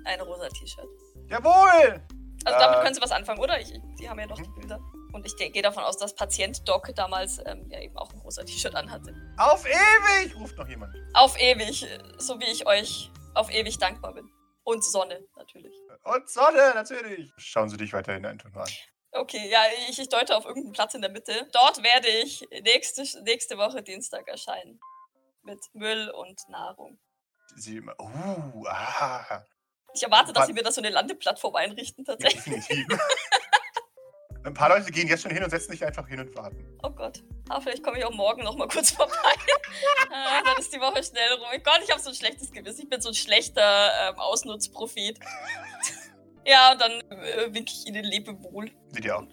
Speaker 2: ein rosa T-Shirt.
Speaker 3: Jawohl!
Speaker 2: Also damit
Speaker 3: Äh,
Speaker 2: können sie was anfangen, oder? Ich, ich- die haben ja noch die Bilder. Und ich de- gehe davon aus, dass Patient Doc damals ähm, ja eben auch ein rosa T-Shirt anhatte.
Speaker 3: Auf ewig! ruft noch jemand.
Speaker 2: Auf ewig, äh, so wie ich euch auf ewig dankbar bin. Und Sonne, natürlich.
Speaker 3: Und Sonne, natürlich. Schauen Sie dich weiterhin einfach nur an.
Speaker 2: Okay, ja, ich, ich deute auf irgendeinen Platz in der Mitte. Dort werde ich nächste, nächste Woche Dienstag erscheinen. Mit Müll und Nahrung.
Speaker 3: Sie immer, uh, ah,
Speaker 2: Ich erwarte, dass
Speaker 3: Wa-
Speaker 2: sie mir da so eine Landeplattform einrichten,
Speaker 3: ja,
Speaker 2: tatsächlich.
Speaker 3: definitiv. Ein paar Leute gehen jetzt schon hin und setzen sich einfach hin und warten.
Speaker 2: Oh Gott. Ah, vielleicht komme ich auch morgen noch mal kurz vorbei. ah, dann ist die Woche schnell rum. Oh Gott, ich habe so ein schlechtes Gewissen. Ich bin so ein schlechter ähm, Ausnutzprophet. ja, und dann äh, winke ich ihnen Lebewohl.
Speaker 3: Seht ihr auch.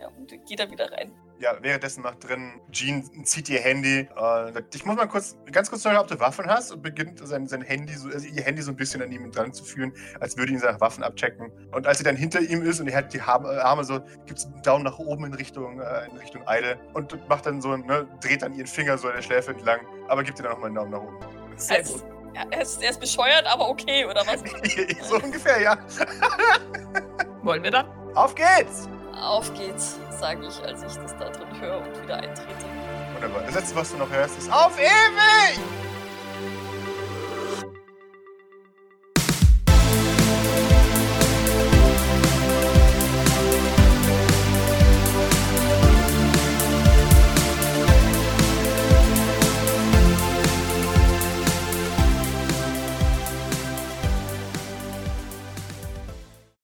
Speaker 2: Ja, und dann geht er wieder rein.
Speaker 3: Ja, währenddessen macht drin, Jean zieht ihr Handy. Äh, sagt, ich muss mal kurz, ganz kurz sagen, ob du Waffen hast und beginnt sein, sein Handy, so, also ihr Handy so ein bisschen an ihm dran zu führen, als würde ihn seine Waffen abchecken. Und als sie dann hinter ihm ist und er hat die Arme, äh, Arme so, gibt es einen Daumen nach oben in Richtung, äh, in Richtung Eile und macht dann so, ne, dreht dann ihren Finger so an der Schläfe entlang, aber gibt ihr dann nochmal einen Daumen nach oben.
Speaker 4: Sehr
Speaker 2: Also,
Speaker 4: gut.
Speaker 2: ja, er, ist, er ist bescheuert, aber okay, oder was?
Speaker 3: so ungefähr, ja.
Speaker 4: Wollen wir dann?
Speaker 3: Auf geht's!
Speaker 2: Auf geht's, sage ich, als ich das da drin höre und wieder eintrete.
Speaker 3: Wunderbar. Das letzte, was du noch hörst, ist Auf ewig!